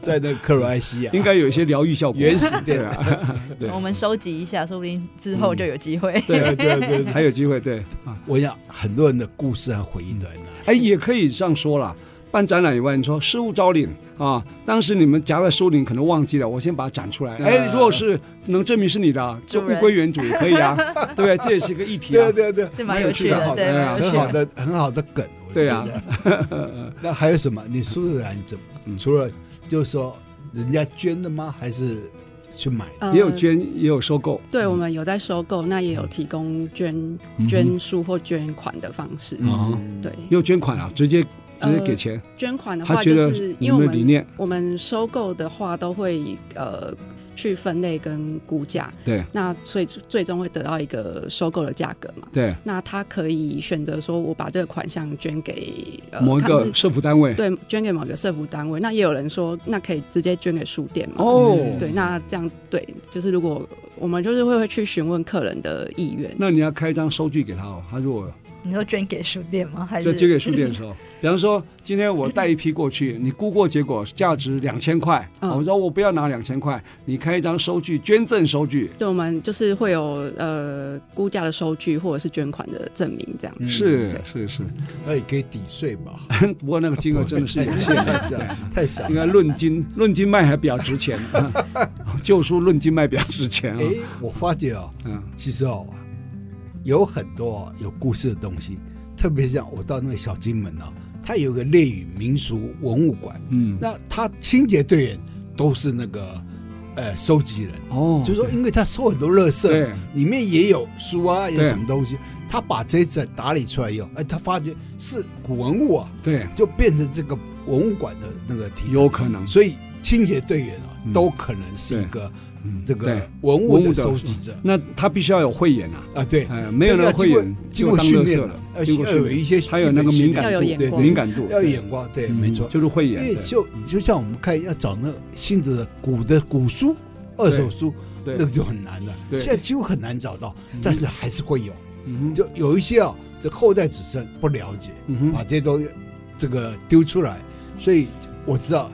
B: 在那个克罗埃西亚
A: 应该有一些疗愈效果。
B: 原始
A: 对
B: 店。
A: 啊，对
D: 我们收集一下，说不定之
A: 嗯
D: 后就有机会。
B: 对对
D: 啊
B: 对对对，
A: 还有机会对啊，
B: 我想很多人的故事和回忆都在那。
A: 哎，也可以这样说啦。办展览以外，你说失物招领啊，当时你们夹在书里可能忘记了，我先把它展出来。哎，如果是能证明是你的，就
D: 主
A: 物
D: 人
A: 归原主也可以啊，对不对？这也是一个议题啊
B: 对。对对，
D: 是蛮有趣
B: 很
D: 的，
B: 好
D: 对，
A: 哎呀
D: 蛮有
B: 很
D: 趣
B: 好
D: 的。
B: 的很好的梗。我
A: 对
B: 觉
A: 啊
B: 得 那还有什么？你苏格兰怎么？除了就是说人家捐的吗？还是去买的？
C: 呃
A: 也有捐，也有收购。
C: 对，我们有在收购，那也有提供
A: 嗯
C: 捐捐书或捐款的方式。
A: 哦，
C: 对，
A: 也有捐款啊，直接直接给钱。
C: 捐款的
A: 他
C: 呃话，
A: 觉
C: 就
A: 得
C: 是
A: 你
C: 因为我
A: 们
C: 们
A: 的理念，
C: 我们收购的话都会呃去分类跟估价，
A: 对
C: 那最最终会得到一个收购的价格嘛。
A: 对，
C: 那他可以选择说，我把这个款项捐给呃
A: 某一
C: 看
A: 个
C: 是
A: 社服单位。
C: 对捐给某个社服单位。那也有人说，那可以直接捐给书店嘛？
A: 哦，
C: 对，那这样对，就是如果我们就是会会去询问客人的意愿。
A: 那你要开一张收据给他哦。他如果
D: 你说捐给书店吗？还
A: 在
D: 是
A: 捐给书店的时候， 比方说今天我带一批过去，你估过结果价值两千块，
C: 嗯
A: 我说我不要拿两千块，你开一张收据，捐赠收据。
C: 对，我们就是会有呃估价的收据或者是捐款的证明这样子。
A: 是是
C: 对
A: 是，
B: 那也可以抵税吧？
A: 不过那个金额真的是有 限，
B: 太小，太小
A: 应。该论斤论斤卖还比较值钱， 啊旧书论斤卖比较值钱啊
B: 哎。，我发觉哦，
A: 嗯
B: 其实哦，有很多有故事的东西，特别像我到那个小金门哦，它有个烈屿民俗文物馆，
A: 嗯，
B: 那它清洁队员都是那个呃收集人。
A: 哦，
B: 就是说，因为他收很多垃圾，
A: 对
B: 里面也有书啊，有
A: 对
B: 什么东西，他把这一整打理出来以后，哎，他发觉是古文物啊，
A: 对，
B: 就变成这个文物馆的那个题材。
A: 有可能
B: 所以清洁队员啊
A: 嗯，
B: 都可能是一个
A: 嗯
B: 这个
A: 对，
B: 文物
A: 文物
B: 的
A: 的
B: 收集者
A: 那他必须要有慧眼啊，
B: 啊，对，
A: 哎，没有那个
B: 这个
A: 慧眼
B: 经
A: 就
B: 过
A: 当
B: 训
A: 垃
B: 练
A: 圾
B: 了
A: 了，，
B: 要
A: 经过
B: 要有
A: 训
B: 一
A: 练，
B: 些
A: 还有那个敏感
C: 要有
A: 度，
C: 眼
A: 对
C: 光
A: 敏感度，
B: 要有
A: 对
B: 眼光，对，
A: 嗯
B: 没错。
A: 就是慧
B: 因
A: 眼，
B: 为
A: 对
B: 就就像我们看要找那个新的古的古书、二手书，
A: 对
B: 那个就很难了。
A: 对
B: 现在几乎很难找到，但是还是会有。
A: 嗯哼
B: 就有一些啊、这后代子孙不了解，
A: 嗯哼
B: 把这些东西这个丢出来，所以我知道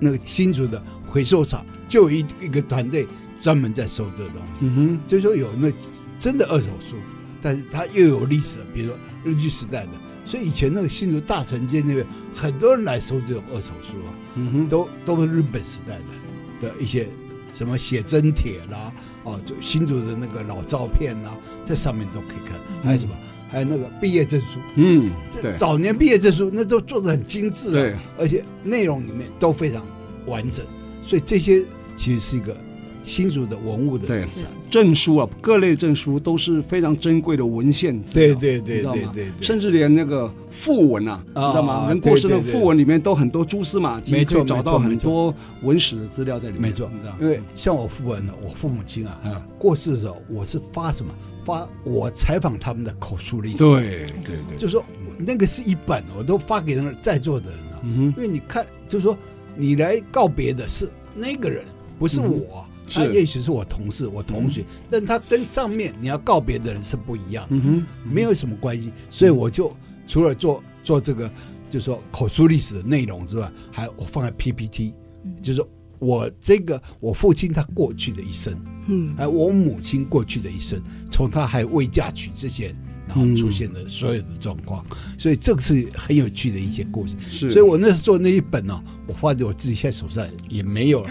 B: 那个新竹的回收厂就有一一个团队专门在收这东西，
A: 嗯哼。
B: 就是说有那真的二手书，但是它又有历史，比如说日据时代的。所以以前那个新竹大城街那边，很多人来收这种二手书啊，
A: 嗯哼，
B: 都都是日本时代的的一些什么写真帖啦，哦，就新竹的那个老照片啦，这上面都可以看。还有什么？还有那个毕业证书，
A: 嗯，
B: 这
A: 对
B: 早年毕业证书那都做的很精致
A: 对
B: 啊，，而且内容里面都非常完整，所以这些其实是一个新竹的文物的
A: 对
B: 资产。
A: 证书啊，各类证书都是非常珍贵的文献资料
B: 对对
A: 你
B: 对
A: 知道
B: 对
A: 吗
B: 对对，
A: 甚至连那个讣文啊，你知
B: 啊
A: 道吗？
B: 啊
A: 人过世的
B: 对对对
A: 讣文里面都很多蛛丝马迹，
B: 没错
A: 可以找到
B: 没错
A: 很多文史的资料在里面，
B: 没错
A: 你嗯知道吗？
B: 因为像我父文呢，我父母亲啊
A: 嗯
B: 过世的时候，我是发什么？发我采访他们的口述历史。
A: 对对对，
B: 哦就说那个是一本，我都发给那个在座的人了、
A: 嗯
B: 因为你看，就是说你来告别的是那个人，不是我
A: 嗯是嗯
B: 啊。他也许是我同事、我同学，但他跟上面你要告别的人是不一样
A: 哼，
B: 的，
A: 嗯哼，
B: 没有什么关系。所以我就除了做做这个，就是说口述历史的内容之外，还我放在 PPT，
D: 嗯
B: 就是说我这个我父亲他过去的一生，
C: 嗯，
B: 哎，我母亲过去的一生，从她还未嫁娶之前，然后出现的所有的状况，所以这个是很有趣的一些故事。
A: 是，
B: 所以我那时候做那一本呢、我发觉我自己现在手上也没有了，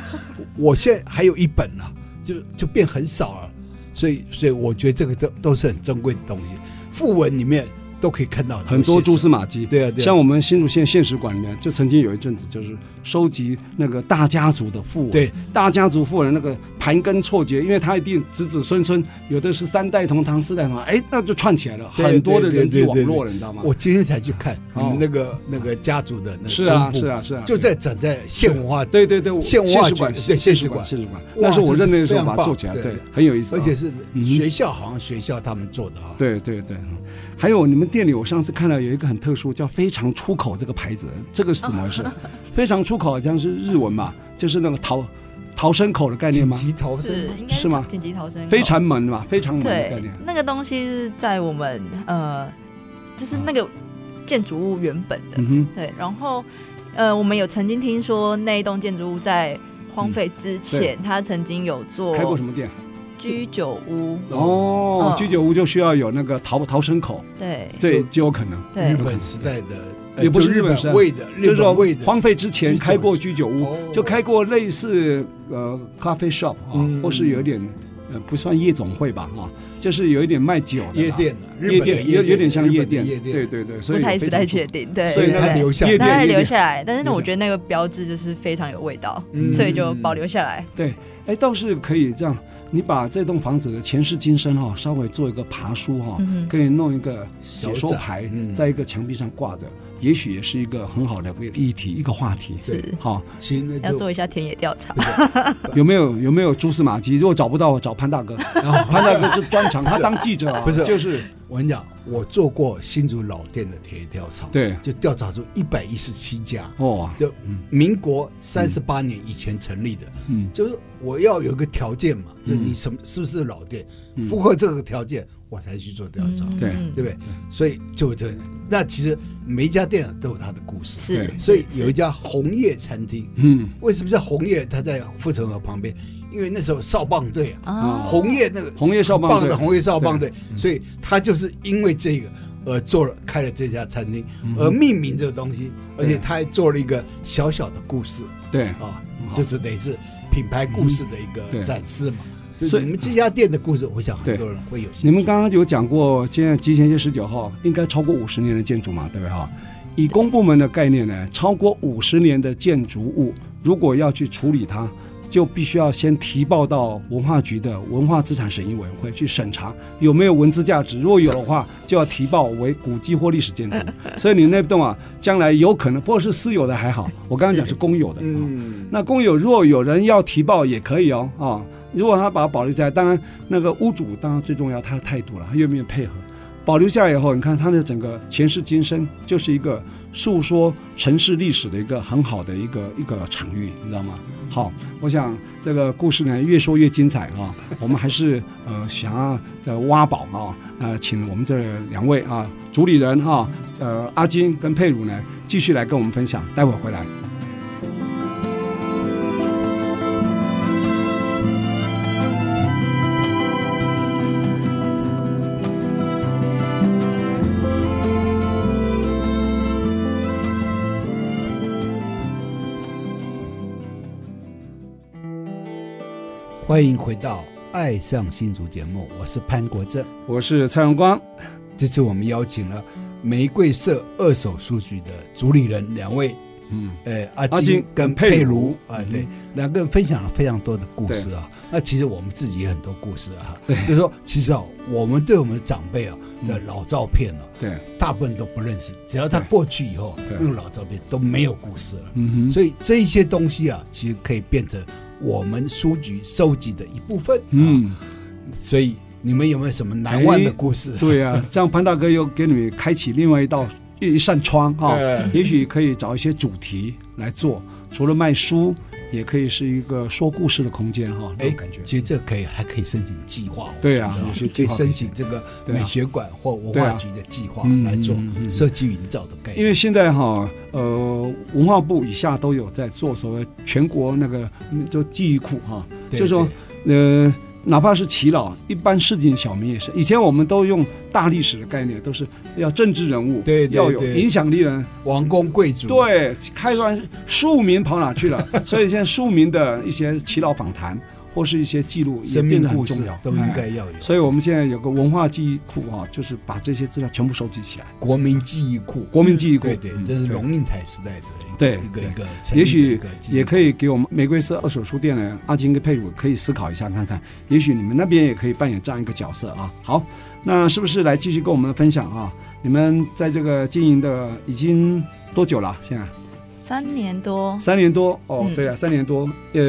B: 我现在还有一本了、就就变很少了。所以，所以我觉得这个都都是很珍贵的东西。副文里面都可以看到
A: 很多蛛
B: 蛛
A: 丝马迹。
B: 对啊，对啊，
A: 像我们新竹县县史馆里面，就曾经有一阵子，就是收集那个大家族的富文，
B: 对
A: 大家族富人那个盘根错节，因为他一定子子孙孙，有的是三代同堂、四代同堂，哎，那就串起来了，
B: 对
A: 很多的
B: 对对
A: 人际
B: 对
A: 网
B: 对
A: 络了，你知道吗？
B: 我今天才去看你
A: 哦
B: 们那个、那个家族的那个
A: 是啊，
B: 中部
A: 是，啊，是啊，
B: 就在展在县文化
A: 对对对，我
B: 县文化
A: 县史
B: 局
A: 馆，
B: 对县
A: 史
B: 史馆
A: 县史馆，
B: 哇
A: 那是我
B: 这
A: 认
B: 是
A: 那时候
B: 非常
A: 把它
B: 棒
A: 做起来，
B: 对
A: 对
B: 对，
A: 很有意思啊，
B: 而且是
A: 嗯
B: 学校，好像学校他们做的啊。
A: 对对对，还有你们店里，我上次看到有一个很特殊，叫“非常出口”这个牌子，这个是怎么回事？非常出口好像是日文嘛，就是那个逃逃生口的概念
B: 紧
A: 吗？
B: 急逃
D: 是
B: 生
D: 应该
A: 是吗
D: 紧急逃生哦
A: 非常门嘛，非常门的概
D: 对
A: 念。，
D: 那个东西是在我们呃，就是那个建筑物原本的，
A: 嗯哼，
D: 对，然后呃，我们有曾经听说那一栋建筑物在荒废之前，它曾经有做
A: 嗯开过什么店？
D: 居酒屋，
A: 哦
D: 嗯，
A: 居酒屋就需要有那个逃逃生口，
D: 对
A: 这就有可能。
D: 对
B: 日，本时代的，呃
A: 也不是
B: 就
A: 日
B: 日
A: 本时代
B: 本味的，
A: 就是
B: 日
A: 说
B: 本味的，
A: 荒废之前
B: 居酒屋
A: 开过居酒屋，
B: 哦
A: 就开过类似呃咖啡 shop 啊
B: 嗯，
A: 或是有一点呃不算夜总会吧啊，就是有一点卖酒的啦
B: 夜店的，日
A: 夜
B: 本的
A: 店有有点像夜
B: 夜
A: 店，
B: 夜
A: 对，对对，所
D: 不
A: 以
D: 太
A: 非
D: 不
A: 常
D: 太
A: 出
D: 确定，对，
B: 所以它
D: 对
B: 留下
A: 夜
D: 它
A: 店
D: 还
A: 夜
D: 留
A: 店
D: 下来，但是
A: 留
D: 呢，
A: 下
D: 我觉得那个标志就是非常有味道，
B: 嗯
D: 所以就保留下来。
A: 哎，倒是可以这样，你把这栋房子的前世今生哈、稍微做一个爬书哈、
D: 嗯哼，
A: 可以弄一个解
B: 小
A: 说
B: 展
A: 牌，
B: 嗯
A: 在一个墙壁上挂着，也许也是一个很好的一个议题，一个话题。
D: 是
A: 好、
B: 其实
D: 要
B: 那就
D: 做一下田野调查，
A: 有没有有没有蛛丝马迹？如果找不到，找潘大 哥，潘大哥是专长，他
B: 哦是
A: 当记者啊，
B: 不是
A: 就是
B: 我跟你讲，我做过新竹老店的田野调查，，
A: 对
B: 就调查出一百一十七家，
A: 哦，
B: 就民国三十八年以前成立的，
A: 嗯
B: 就是我要有一个条件嘛，就
A: 嗯
B: 你什么是不是老店，
A: 嗯
B: 符合这个条件，我才去做调查。
A: 对
D: 嗯
B: 对不对？所以就这样，那其实每一家店都有它的故事。
D: 是
A: 对，
B: 所以有一
D: 是
B: 家红叶餐厅，
A: 嗯
B: 为什么叫红叶？它在护城河旁边，因为那时候少棒队啊，
D: 啊，
B: 红叶那个
A: 红叶少棒队嗯
B: 棒的红叶少棒队，所以它就是因为这个而做了开了这家餐厅，
A: 嗯
B: 而命名这个东西，而且他还做了一个小小的故事
A: 对，
B: 啊，
A: 好
B: 就是等于是品牌故事的一个
A: 哦嗯对
B: 展示嘛。
A: 所
B: 所
A: 以
B: 以你们这家店的故事，我想
A: 对
B: 很多人会有兴趣。
A: 你们刚刚有讲过，现在集贤街十九号应该超过五十年的建筑嘛，对不对哈？以公部门的概念呢，超过五十年的建筑物，如果要去处理它，就必须要先提报到文化局的文化资产审议委员会去审查有没有文资价值，如果有的话，就要提报为古迹或历史建筑。所以你那栋啊，将来有可能，不过是私有的还好，我刚刚讲是公有的。嗯，那公有若有人要提报也可以哦，啊、如果他把它保留下来，当然那个屋主当然最重要，他的态度了，他愿不愿意配合。保留下来以后，你看他的整个前世今生就是一个诉说城市历史的一个很好的一个一个场域，你知道吗？好，我想这个故事呢越说越精彩啊， 我们还是呃想要再挖宝啊，呃，请我们这两位啊主理人哈、呃阿金跟佩如呢继续来跟我们分享，待会儿回来。
B: 欢迎回到《爱上新竹》节目，我是潘国正。
A: 我是蔡荣光，
B: 这次我们邀请了玫瑰社二手书局的主理人两位，
A: 嗯，
B: 呃，阿
A: 阿金
B: 金跟
A: 跟佩嗯
B: 佩
A: 如
B: 如啊，对，两个人分享了非常多的故事啊。那其实我们自己也很多故事啊，
A: 对
B: 就是说，其实啊，我们对我们的长辈啊
A: 嗯
B: 的老照片啊，
A: 对，
B: 大部分都不认识，只要他
A: 对
B: 过去以后，啊
A: 对
B: 那种老照片都没有故事了。
A: 嗯哼，
B: 所以这一些东西啊，其实可以变成我们书局收集的一部分。啊，
A: 嗯，哎
B: 所以你们有没有什么难忘的故事？啊
A: 对呀、啊，这样潘大哥又给你们开启另外一道一一扇窗哈、
B: 对
A: 也许可以找一些主题来做，除了卖书，也可以是一个说故事的空间哈、那
B: 哎
A: 种感觉。
B: 其实这可以还可以申请计划哦，
A: 对啊
B: 你知道吗
A: 有些
B: 可
A: 计
B: 以
A: 划
B: 申请这个
A: 对啊
B: 美学馆或文
A: 对
B: 化
A: 啊
B: 局的计划
A: 嗯
B: 来做
A: 嗯嗯嗯
B: 设计营造的概
A: 因
B: 念。
A: 为现在哈，呃，文化部以下都有在做所谓全国那个嗯就记忆库哈，
B: 对
A: 就是说呃，哪怕是耆老，一般市井小民也是。以前我们都用大历史的概念，都是要政治人物，
B: 对对
A: 要有
B: 对
A: 影响力的人，
B: 王公贵族，
A: 对，开端庶民跑哪去 了？所以现在庶民的一些耆老访谈或是一些记录也
B: 生
A: 变
B: 命
A: 得很
B: 故
A: 重
B: 事
A: 要，
B: 都应
A: 哎
B: 该要有。
A: 所以，我们现在有个文化记忆库啊，就是把这些资料全部收集起来。
B: 国民记忆库，
A: 国民记忆库
B: 对对
A: 嗯，
B: 这是
A: 对
B: 龙应台时代的一个
A: 对
B: 一个
A: 对
B: 一个成立
A: 也
B: 的一
A: 许
B: 个记忆库，
A: 也可以给我们玫瑰色二手书店的阿金跟佩鲁可以思考一下看看，也许你们那边也可以扮演这样一个角色啊。好，那是不是来继续跟我们分享啊？你们在这个经营的已经多久了？现在
D: 三年多，
A: 三年多哦，
D: 嗯
A: 对啊，三年多，呃，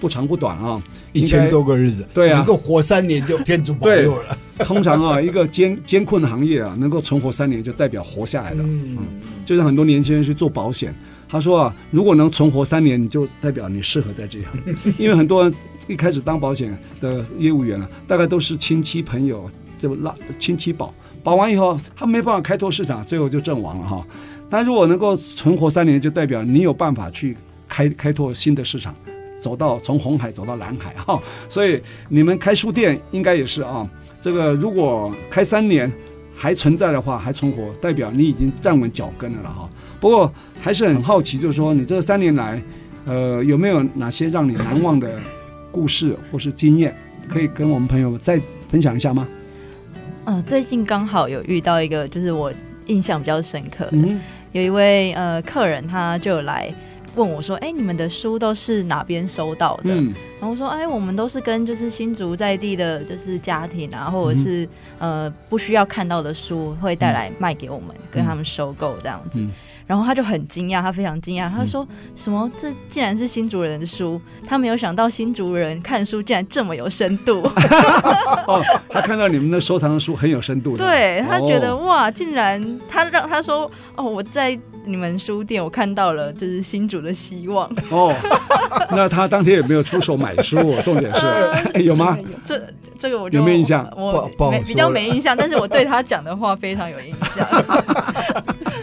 A: 不长不短啊。
B: 一千多个日子，
A: 对啊
B: 能够活三年就天主保
A: 对
B: 佑了。
A: 通常啊，一个艰艰困的行业啊，能够存活三年，就代表活下来了。
B: 嗯，
A: 就是很多年轻人去做保险，他说啊，如果能存活三年，你就代表你适合在这一行，因为很多人一开始当保险的业务员了、啊大概都是亲戚朋友就拉亲戚保，保完以后他没办法开拓市场，最后就阵亡了哈。那如果能够存活三年，就代表你有办法去开开拓新的市场。走到从红海走到蓝海哈、所以你们开书店应该也是啊。这个如果开三年还存在的话，还存活，代表你已经站稳脚跟了了哈。不过还是很好奇，就是说你这三年来，呃，有没有哪些让你难忘的故事或是经验，可以跟我们朋友再分享一下吗？
D: 呃，最近刚好有遇到一个，就是我印象比较深刻的，
A: 嗯，
D: 有一位呃客人，他就有来问我说：“哎、你们的书都是哪边收到的？”
A: 嗯，
D: 然后我说：“哎、我们都是跟就是新竹在地的，就是家庭啊，或者是、
A: 嗯
D: 呃不需要看到的书，会带来卖给我们，跟他们收购这样子。
A: 嗯
D: 然后他就很惊讶，他非常惊讶，他说：“什么？这竟然是新竹人的书？他没有想到新竹人看书竟然这么有深度。
A: 哦，他看到你们的收藏的书很有深度的，
D: 对他觉得、
A: 哦
D: 哇，竟然他让他说哦，我在你们书店我看到了就是新主的希望，
A: 哦，那他当天有没有出手买书？重点是哎有吗？
D: 这这个我就
A: 有没有印象
D: 我
B: 不不好
D: 没
B: 说
D: 比较
B: 了
D: 没印象，但是我 对他讲的话非常有印象，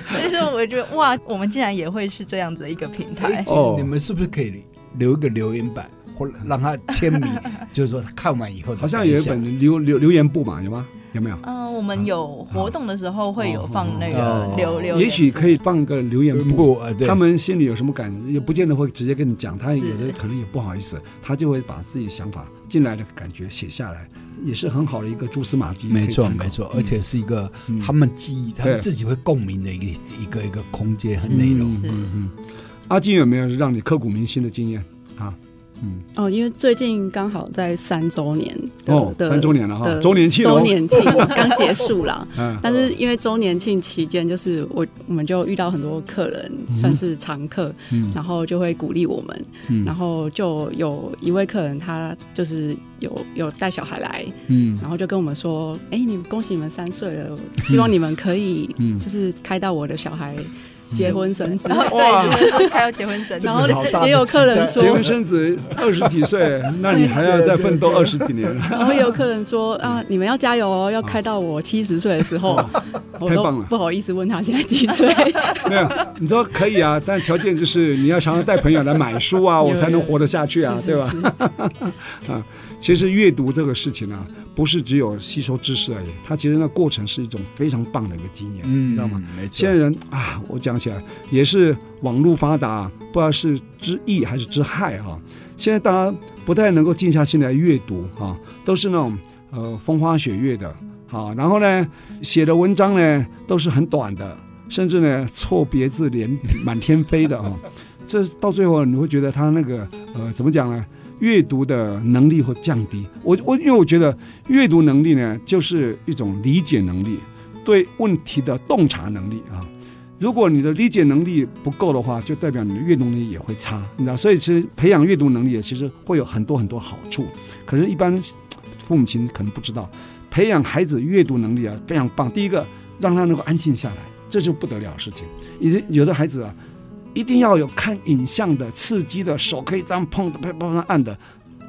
D: 所以说我觉得哇，我们竟然也会是这样子的一个平台
B: 哎，
A: 哦
B: 你们是不是可以留一个留言板，或让他签名， 就是说看完以后的
A: 好像有一
B: 感想
A: 本留留留言簿嘛，有吗？有没有？
D: 嗯、我们有活动的时候会有放那个
B: 哦
D: 留留言，
A: 也许可以放个留言簿，
B: 不呃，对
A: 他们心里有什么感，也不见得会直接跟你讲，他有的
D: 是
A: 可能也不好意思，他就会把自己想法进来的感觉写下来，也是很好的一个蛛丝马迹。
B: 没
A: 可以
B: 错
A: 参考
B: 没错，
A: 嗯
B: 而且是一个
A: 嗯
B: 他们记忆，他们
A: 对
B: 自己会共鸣的一个一个一个空间和
D: 是
B: 内容。
D: 是
A: 嗯阿金有没有让你刻骨铭心的经验啊？嗯，
C: 哦，因为最近刚好在三周年的、
A: 哦，
C: 的
A: 三周年了哈，
C: 的
A: 周年庆哦
C: 周，年庆刚结束啦，
A: 嗯，
C: 但是因为周年庆期间，就是我我们就遇到很多客人，算是常客，
A: 嗯
C: 然后就会鼓励我们，然
A: 嗯
C: 后就有一位客人他就是有有带小孩来，
A: 嗯
C: 然后就跟我们说，哎、你们恭喜你们三岁了，希望你们可以
A: 嗯
C: 就是开到我的小孩结婚生子
D: 然。后对，就是开到结婚 生日，
C: 然后
B: 这个好大的
C: 也有客人
B: 期
C: 说
A: 结婚生子二十几岁，那你还要再奋斗二十几年，
C: 然后也有客人说
A: 嗯
C: 啊，你们要加油哦，要开到我七十岁的时候， 我
A: 哦太
C: 都
A: 棒了
C: 不好意思问他现在几 岁。
A: 没有？你说可以啊，但条件就是你要常常带朋友来买书 啊，我才能活得下去啊，
C: 是
A: 对吧？ 啊
C: 是
A: 其实阅读这个事情啊，不是只有吸收知识而已，它其实那过程是一种非常棒的一个经验，
B: 嗯，
A: 你知道吗？？
B: 没
A: 现在
B: 错，
A: 人啊，我讲起来也是网络发达，不知道是之益还是之害啊。现在大家不太能够静下心来阅读啊，都是那种呃风花雪月的，好、然后呢写的文章呢都是很短的，甚至呢错别字连满天飞的啊。这到最后你会觉得他那个呃怎么讲呢？阅读的能力会降低。我我因为我觉得阅读能力呢，就是一种理解能力，对问题的洞察能力啊。如果你的理解能力不够的话，就代表你的阅读能力也会差，你知道？所以其实培养阅读能力也其实会有很多很多好处，可是，一般嘖父母亲可能不知道，培养孩子阅读能力啊非常棒。第一个，让他能够安静下来，这就不得了的事情。以及有的孩子啊，一定要有看影像的、刺激的，手可以这样碰的、啪啪啪按的，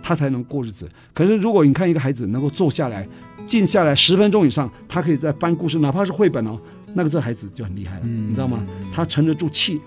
A: 他才能过日子。可是如果你看一个孩子能够坐下来、静下来十分钟以上，他可以再翻故事，哪怕是绘本哦，那个这孩子就很厉害了，
B: 嗯
A: 你知道吗？他沉得住气。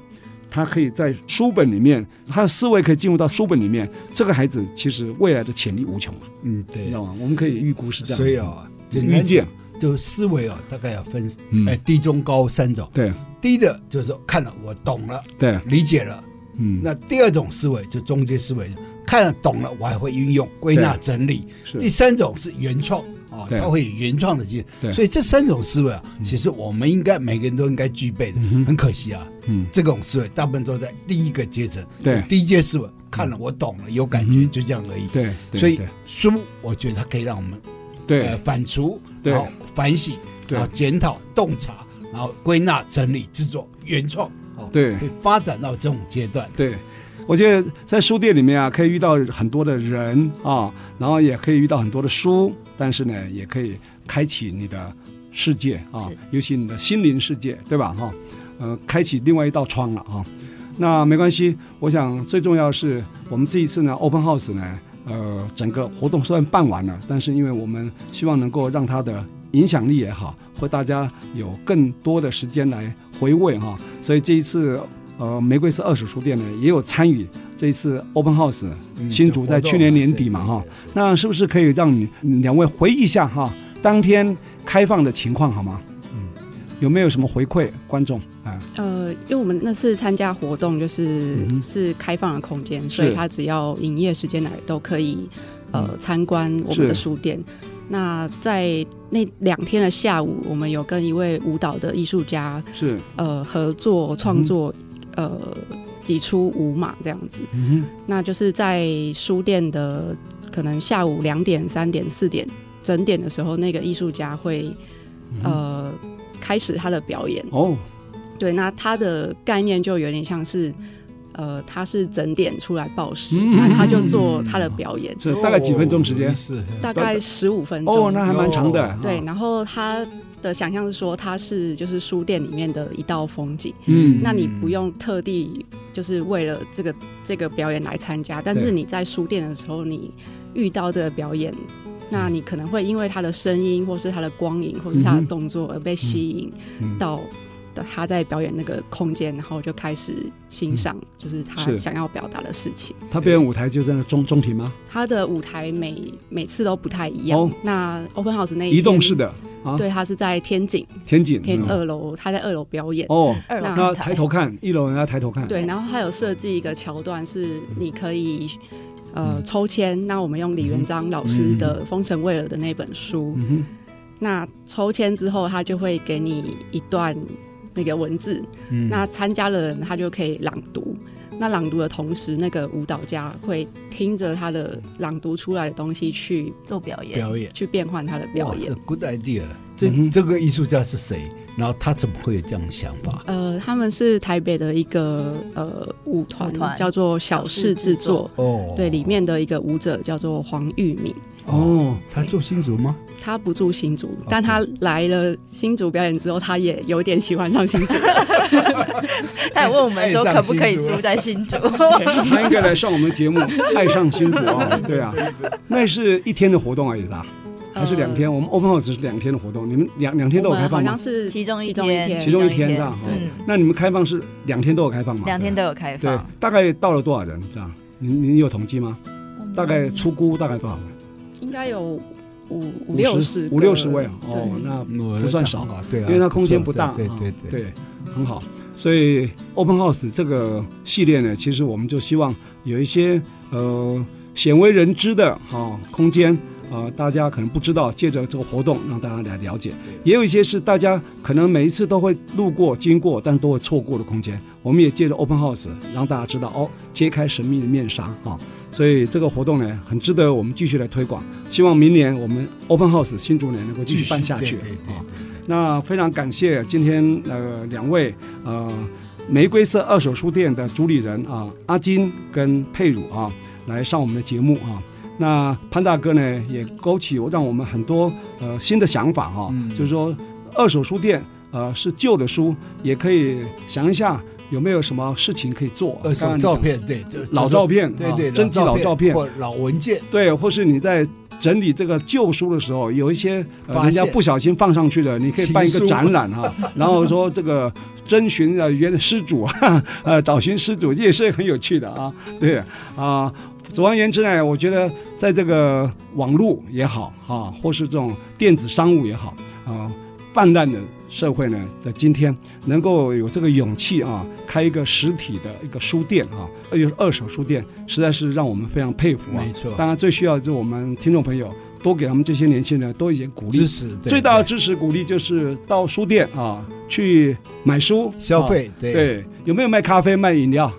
A: 他可以在书本里面，他的思维可以进入到书本里面。这个孩子其实未来的潜力无穷啊，
B: 嗯，
A: 你
B: 对
A: 知，道吗？我们可以预估是这样。
B: 所以啊，简
A: 预
B: 单
A: 见
B: 讲，，就思维啊，大概要分
A: 嗯
B: 哎，低、中、高三种。
A: 对
B: 低的就是看了我懂了，
A: 对，
B: 理解了。
A: 嗯，
B: 那第二种思维就中间思维，看了懂了，我还会运用、归纳、
A: 对
B: 整理。
A: 是
B: 第三种是原创啊，
A: 对
B: 它会有原创的精
A: 对嗯
B: 神。所以这三种思维啊，其实我们应该每个人都应该具备的。很可惜啊，
A: 嗯
B: 这种思维大部分都在第一个阶层，
A: 对
B: 第一阶思维看了我懂了，有感觉，
A: 哎嗯哼
B: 就这样而已。
A: 对，对
B: 所以
A: 对
B: 书，我觉得它可以让我们
A: 对
B: 呃反刍，
A: 对
B: 然后反省，
A: 对
B: 然后检讨、洞察，然后归纳、整理、制作、原创，哦，
A: 对
B: 会发展到这种阶段。
A: 对，我觉得在书店里面啊，可以遇到很多的人啊，然后也可以遇到很多的书，但是呢，也可以开启你的世界啊
D: 是，
A: 尤其你的心灵世界，对吧？哈、呃，开启另外一道窗了啊。那没关系，我想最重要是我们这一次呢，Open House 呢，呃，整个活动虽然办完了，但是因为我们希望能够让它的影响力也好，或大家有更多的时间来回味哈、所以这一次呃，玫瑰是二手书店呢也有参与这一次 Open House。
B: 嗯
A: 新竹在去年年底嘛
B: 对
A: 哈
B: 对对
A: 那是不是可以让你你两位回忆一下哈、当天开放的情况好吗？嗯，有没有什么回馈观众啊？
C: 呃，因为我们那次参加活动就是、
A: 嗯哼
C: 是开放的空间，所以它只要营业时间来都可以呃参观我们的
A: 嗯是
C: 书店。那在那两天的下午，我们有跟一位舞蹈的艺术家
A: 是，
C: 呃合作创作、呃几出舞码这样子。
A: 嗯
C: 那就是在书店的可能下午两点、三点、四点整点的时候，那个艺术家会
A: 嗯
C: 呃开始他的表演
A: 哼，。哦，
C: 对，那它的概念就有点像是，呃，它是整点出来报时，
A: 嗯
C: 那他就做他的表演，
A: 是大概几分钟时间？
B: 哦是
C: 大概十五分钟。
A: 哦，那还蛮长的。啊
C: 对，，然后他的想象是说，它是就是书店里面的一道风景，
A: 嗯，
C: 那你不用特地就是为了这个这个表演来参加，但
A: 对
C: 是你在书店的时候，你遇到这个表演。那你可能会因为他的声音，或是他的光影，或是
A: 嗯
C: 他的
A: 哼
C: 动作而被吸引，
A: 嗯
C: 到的他在表演那个空间，然后就开始欣赏，就是他
A: 嗯是
C: 想要表达的事情。
A: 他表演舞台就在那中中庭吗？
C: 他的舞台每每次都不太一样。
A: 哦
C: 那 Open House 那一天
A: 移动式，的啊，
C: 对，他是在天井
A: 天井
C: 哎天
A: 嗯
C: 二楼，他在二楼表演。
A: 哦，
D: 二楼
C: 那
A: 那
D: 看
A: 抬头看，一楼人家抬头
B: 嗯
A: 看，
C: 对，然后他有设计一个桥段，是你可以。
B: 嗯
C: 呃，抽签，那我们用李元璋老师的《封神威尔》的那本书，
A: 嗯
C: 那抽签之后，他就会给你一段那个文字，
B: 嗯
C: 那参加的人他就可以朗读。那朗读的同时，那个舞蹈家会听着他的朗读出来的东西去
D: 做表演，
B: 表演
C: 去变换他的表
B: 哇，
C: 演
B: 这。good idea。这
A: 嗯哼
B: 这个艺术家是谁？然后他怎么会有这样的想法？
C: 呃，他们是台北的一个呃舞团
D: 舞，团
C: 叫做小
D: 小
C: 事
D: 事
C: 制
D: 制
C: 作
D: 作。
B: 哦，
C: 对，里面的一个舞者叫做黄玉敏，
A: 哼，哦，
B: 他做新竹吗？
C: 他不住新竹，但他来了新竹表演之后，他也有点喜欢上新竹。
D: 他也问我们说
A: 哎
D: 可不可以租在新竹？
A: 他应该来上我们 节目《爱上新国》啊，对啊，那是啊一天的活动而已啦，还是两天？我们 Open House 是两天的活动，你们两两天都
C: 呃我
A: 有
C: 们
A: 开
C: 好
A: 放
C: 像
A: 吗？
C: 是
D: 其中一
C: 天，
D: 天
A: 其中一天这样，
D: 其中一天
A: 哦
D: 嗯
A: 那你们开放是两天都有开放吗？
D: 两天都有开
A: 对
D: 放，，
A: 大概到了多少人这样？你你有统计吗？大概出估大概多少人？
C: 应该有五五六十
A: 五六十位
C: 个
A: 哦，
C: 对
A: 那
B: 我
A: 不算少
B: 啊，对啊，
A: 因为它空间不大，
B: 对
A: 啊
B: 对对，
A: 对，很好。所以 Open House 这个系列呢，其实我们就希望有一些呃鲜为人知的哈、空间。呃，大家可能不知道，借着这个活动让大家来了解，也有一些是大家可能每一次都会路过、经过，但都会错过的空间。我们也借着 Open House 让大家知道哦，揭开神秘的面纱啊、所以这个活动呢，很值得我们继续来推广。希望明年我们 Open House 新竹年能够继续办下去
B: 对对对
A: 啊
B: 对对。
A: 那非常感谢今天呃两位呃玫瑰色二手书店的主理人啊阿金跟佩汝啊来上我们的节目啊。那潘大哥呢
B: 嗯
A: 也勾起我让我们很多呃新的想法哈、啊，就是说二手书店。呃是旧的书，也可以想一下有没有什么事情可以做。
B: 二手
A: 哦刚刚你
B: 照
A: 讲，
B: 片，对，就
A: 老照，片，
B: 对
A: 啊
B: 对，
A: 征集老照片，
B: 或老文件，
A: 对，或是你在整理这个旧书的时候，有一些、呃、
B: 发
A: 人家
B: 现
A: 不小心放上去的，你可以办一个
B: 情书
A: 展览哈、啊 然后说这个征询呃原失主啊， 呃找寻失主也是很有趣的啊，对啊、总而言之呢，我觉得在这个网络也好啊，或是这种电子商务也好啊。泛滥的社会呢，在今天能够有这个勇气啊，开一个实体的一个书店啊，又是二手书店，实在是让我们非常佩服啊
B: 没。错，
A: 当然，最需要的就是我们听众朋友多给他们这些年轻人多一点鼓
B: 支
A: 励。
B: 持对
A: 最大的
B: 对
A: 支持鼓励就是到书店啊去买书
B: 消、
A: 啊
B: 费，对
A: 对，有没有卖咖啡、卖饮料？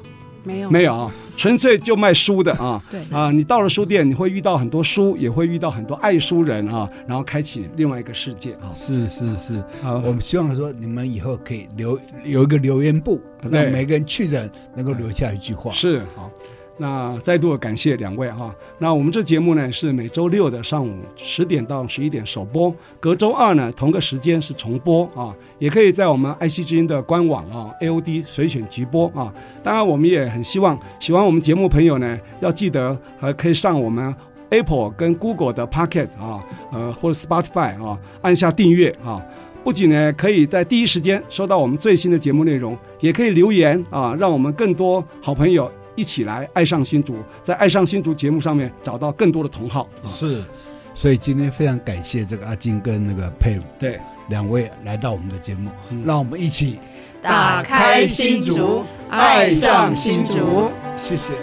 C: 没有
A: 没有啊，纯粹就卖书的啊。
C: 对
A: 啊，你到了书店，你会遇到很多书，也会遇到很多爱书人啊，然后开启另外一个世界啊。
B: 是是是，
A: 啊
B: 我们希望说你们以后可以留有一个留言簿，
A: 对
B: 让每个人去的人能够留下一句话。
A: 是好，那再度感谢两位哈、那我们这节目呢是每周六的上午十点到十一点首播，隔周二呢同个时间是重播啊，也可以在我们爱惜之音的官网啊 AOD 随选直播啊。当然，我们也很希望喜欢我们节目朋友呢，要记得还可以上我们。Apple 跟 Google 的 Pocket 啊，呃，或者 Spotify 啊，按下订阅啊，不仅呢可以在第一时间收到我们最新的节目内容，也可以留言啊，让我们更多好朋友一起来爱上新竹，在爱上新竹节目上面找到更多的同好。啊
B: 是，所以今天非常感谢这个阿金跟那个佩如
A: 对，
B: 两位来到我们的节目，
A: 嗯
B: 让我们一起
C: 打开心
B: 竹，
C: 爱上新竹。
B: 谢谢。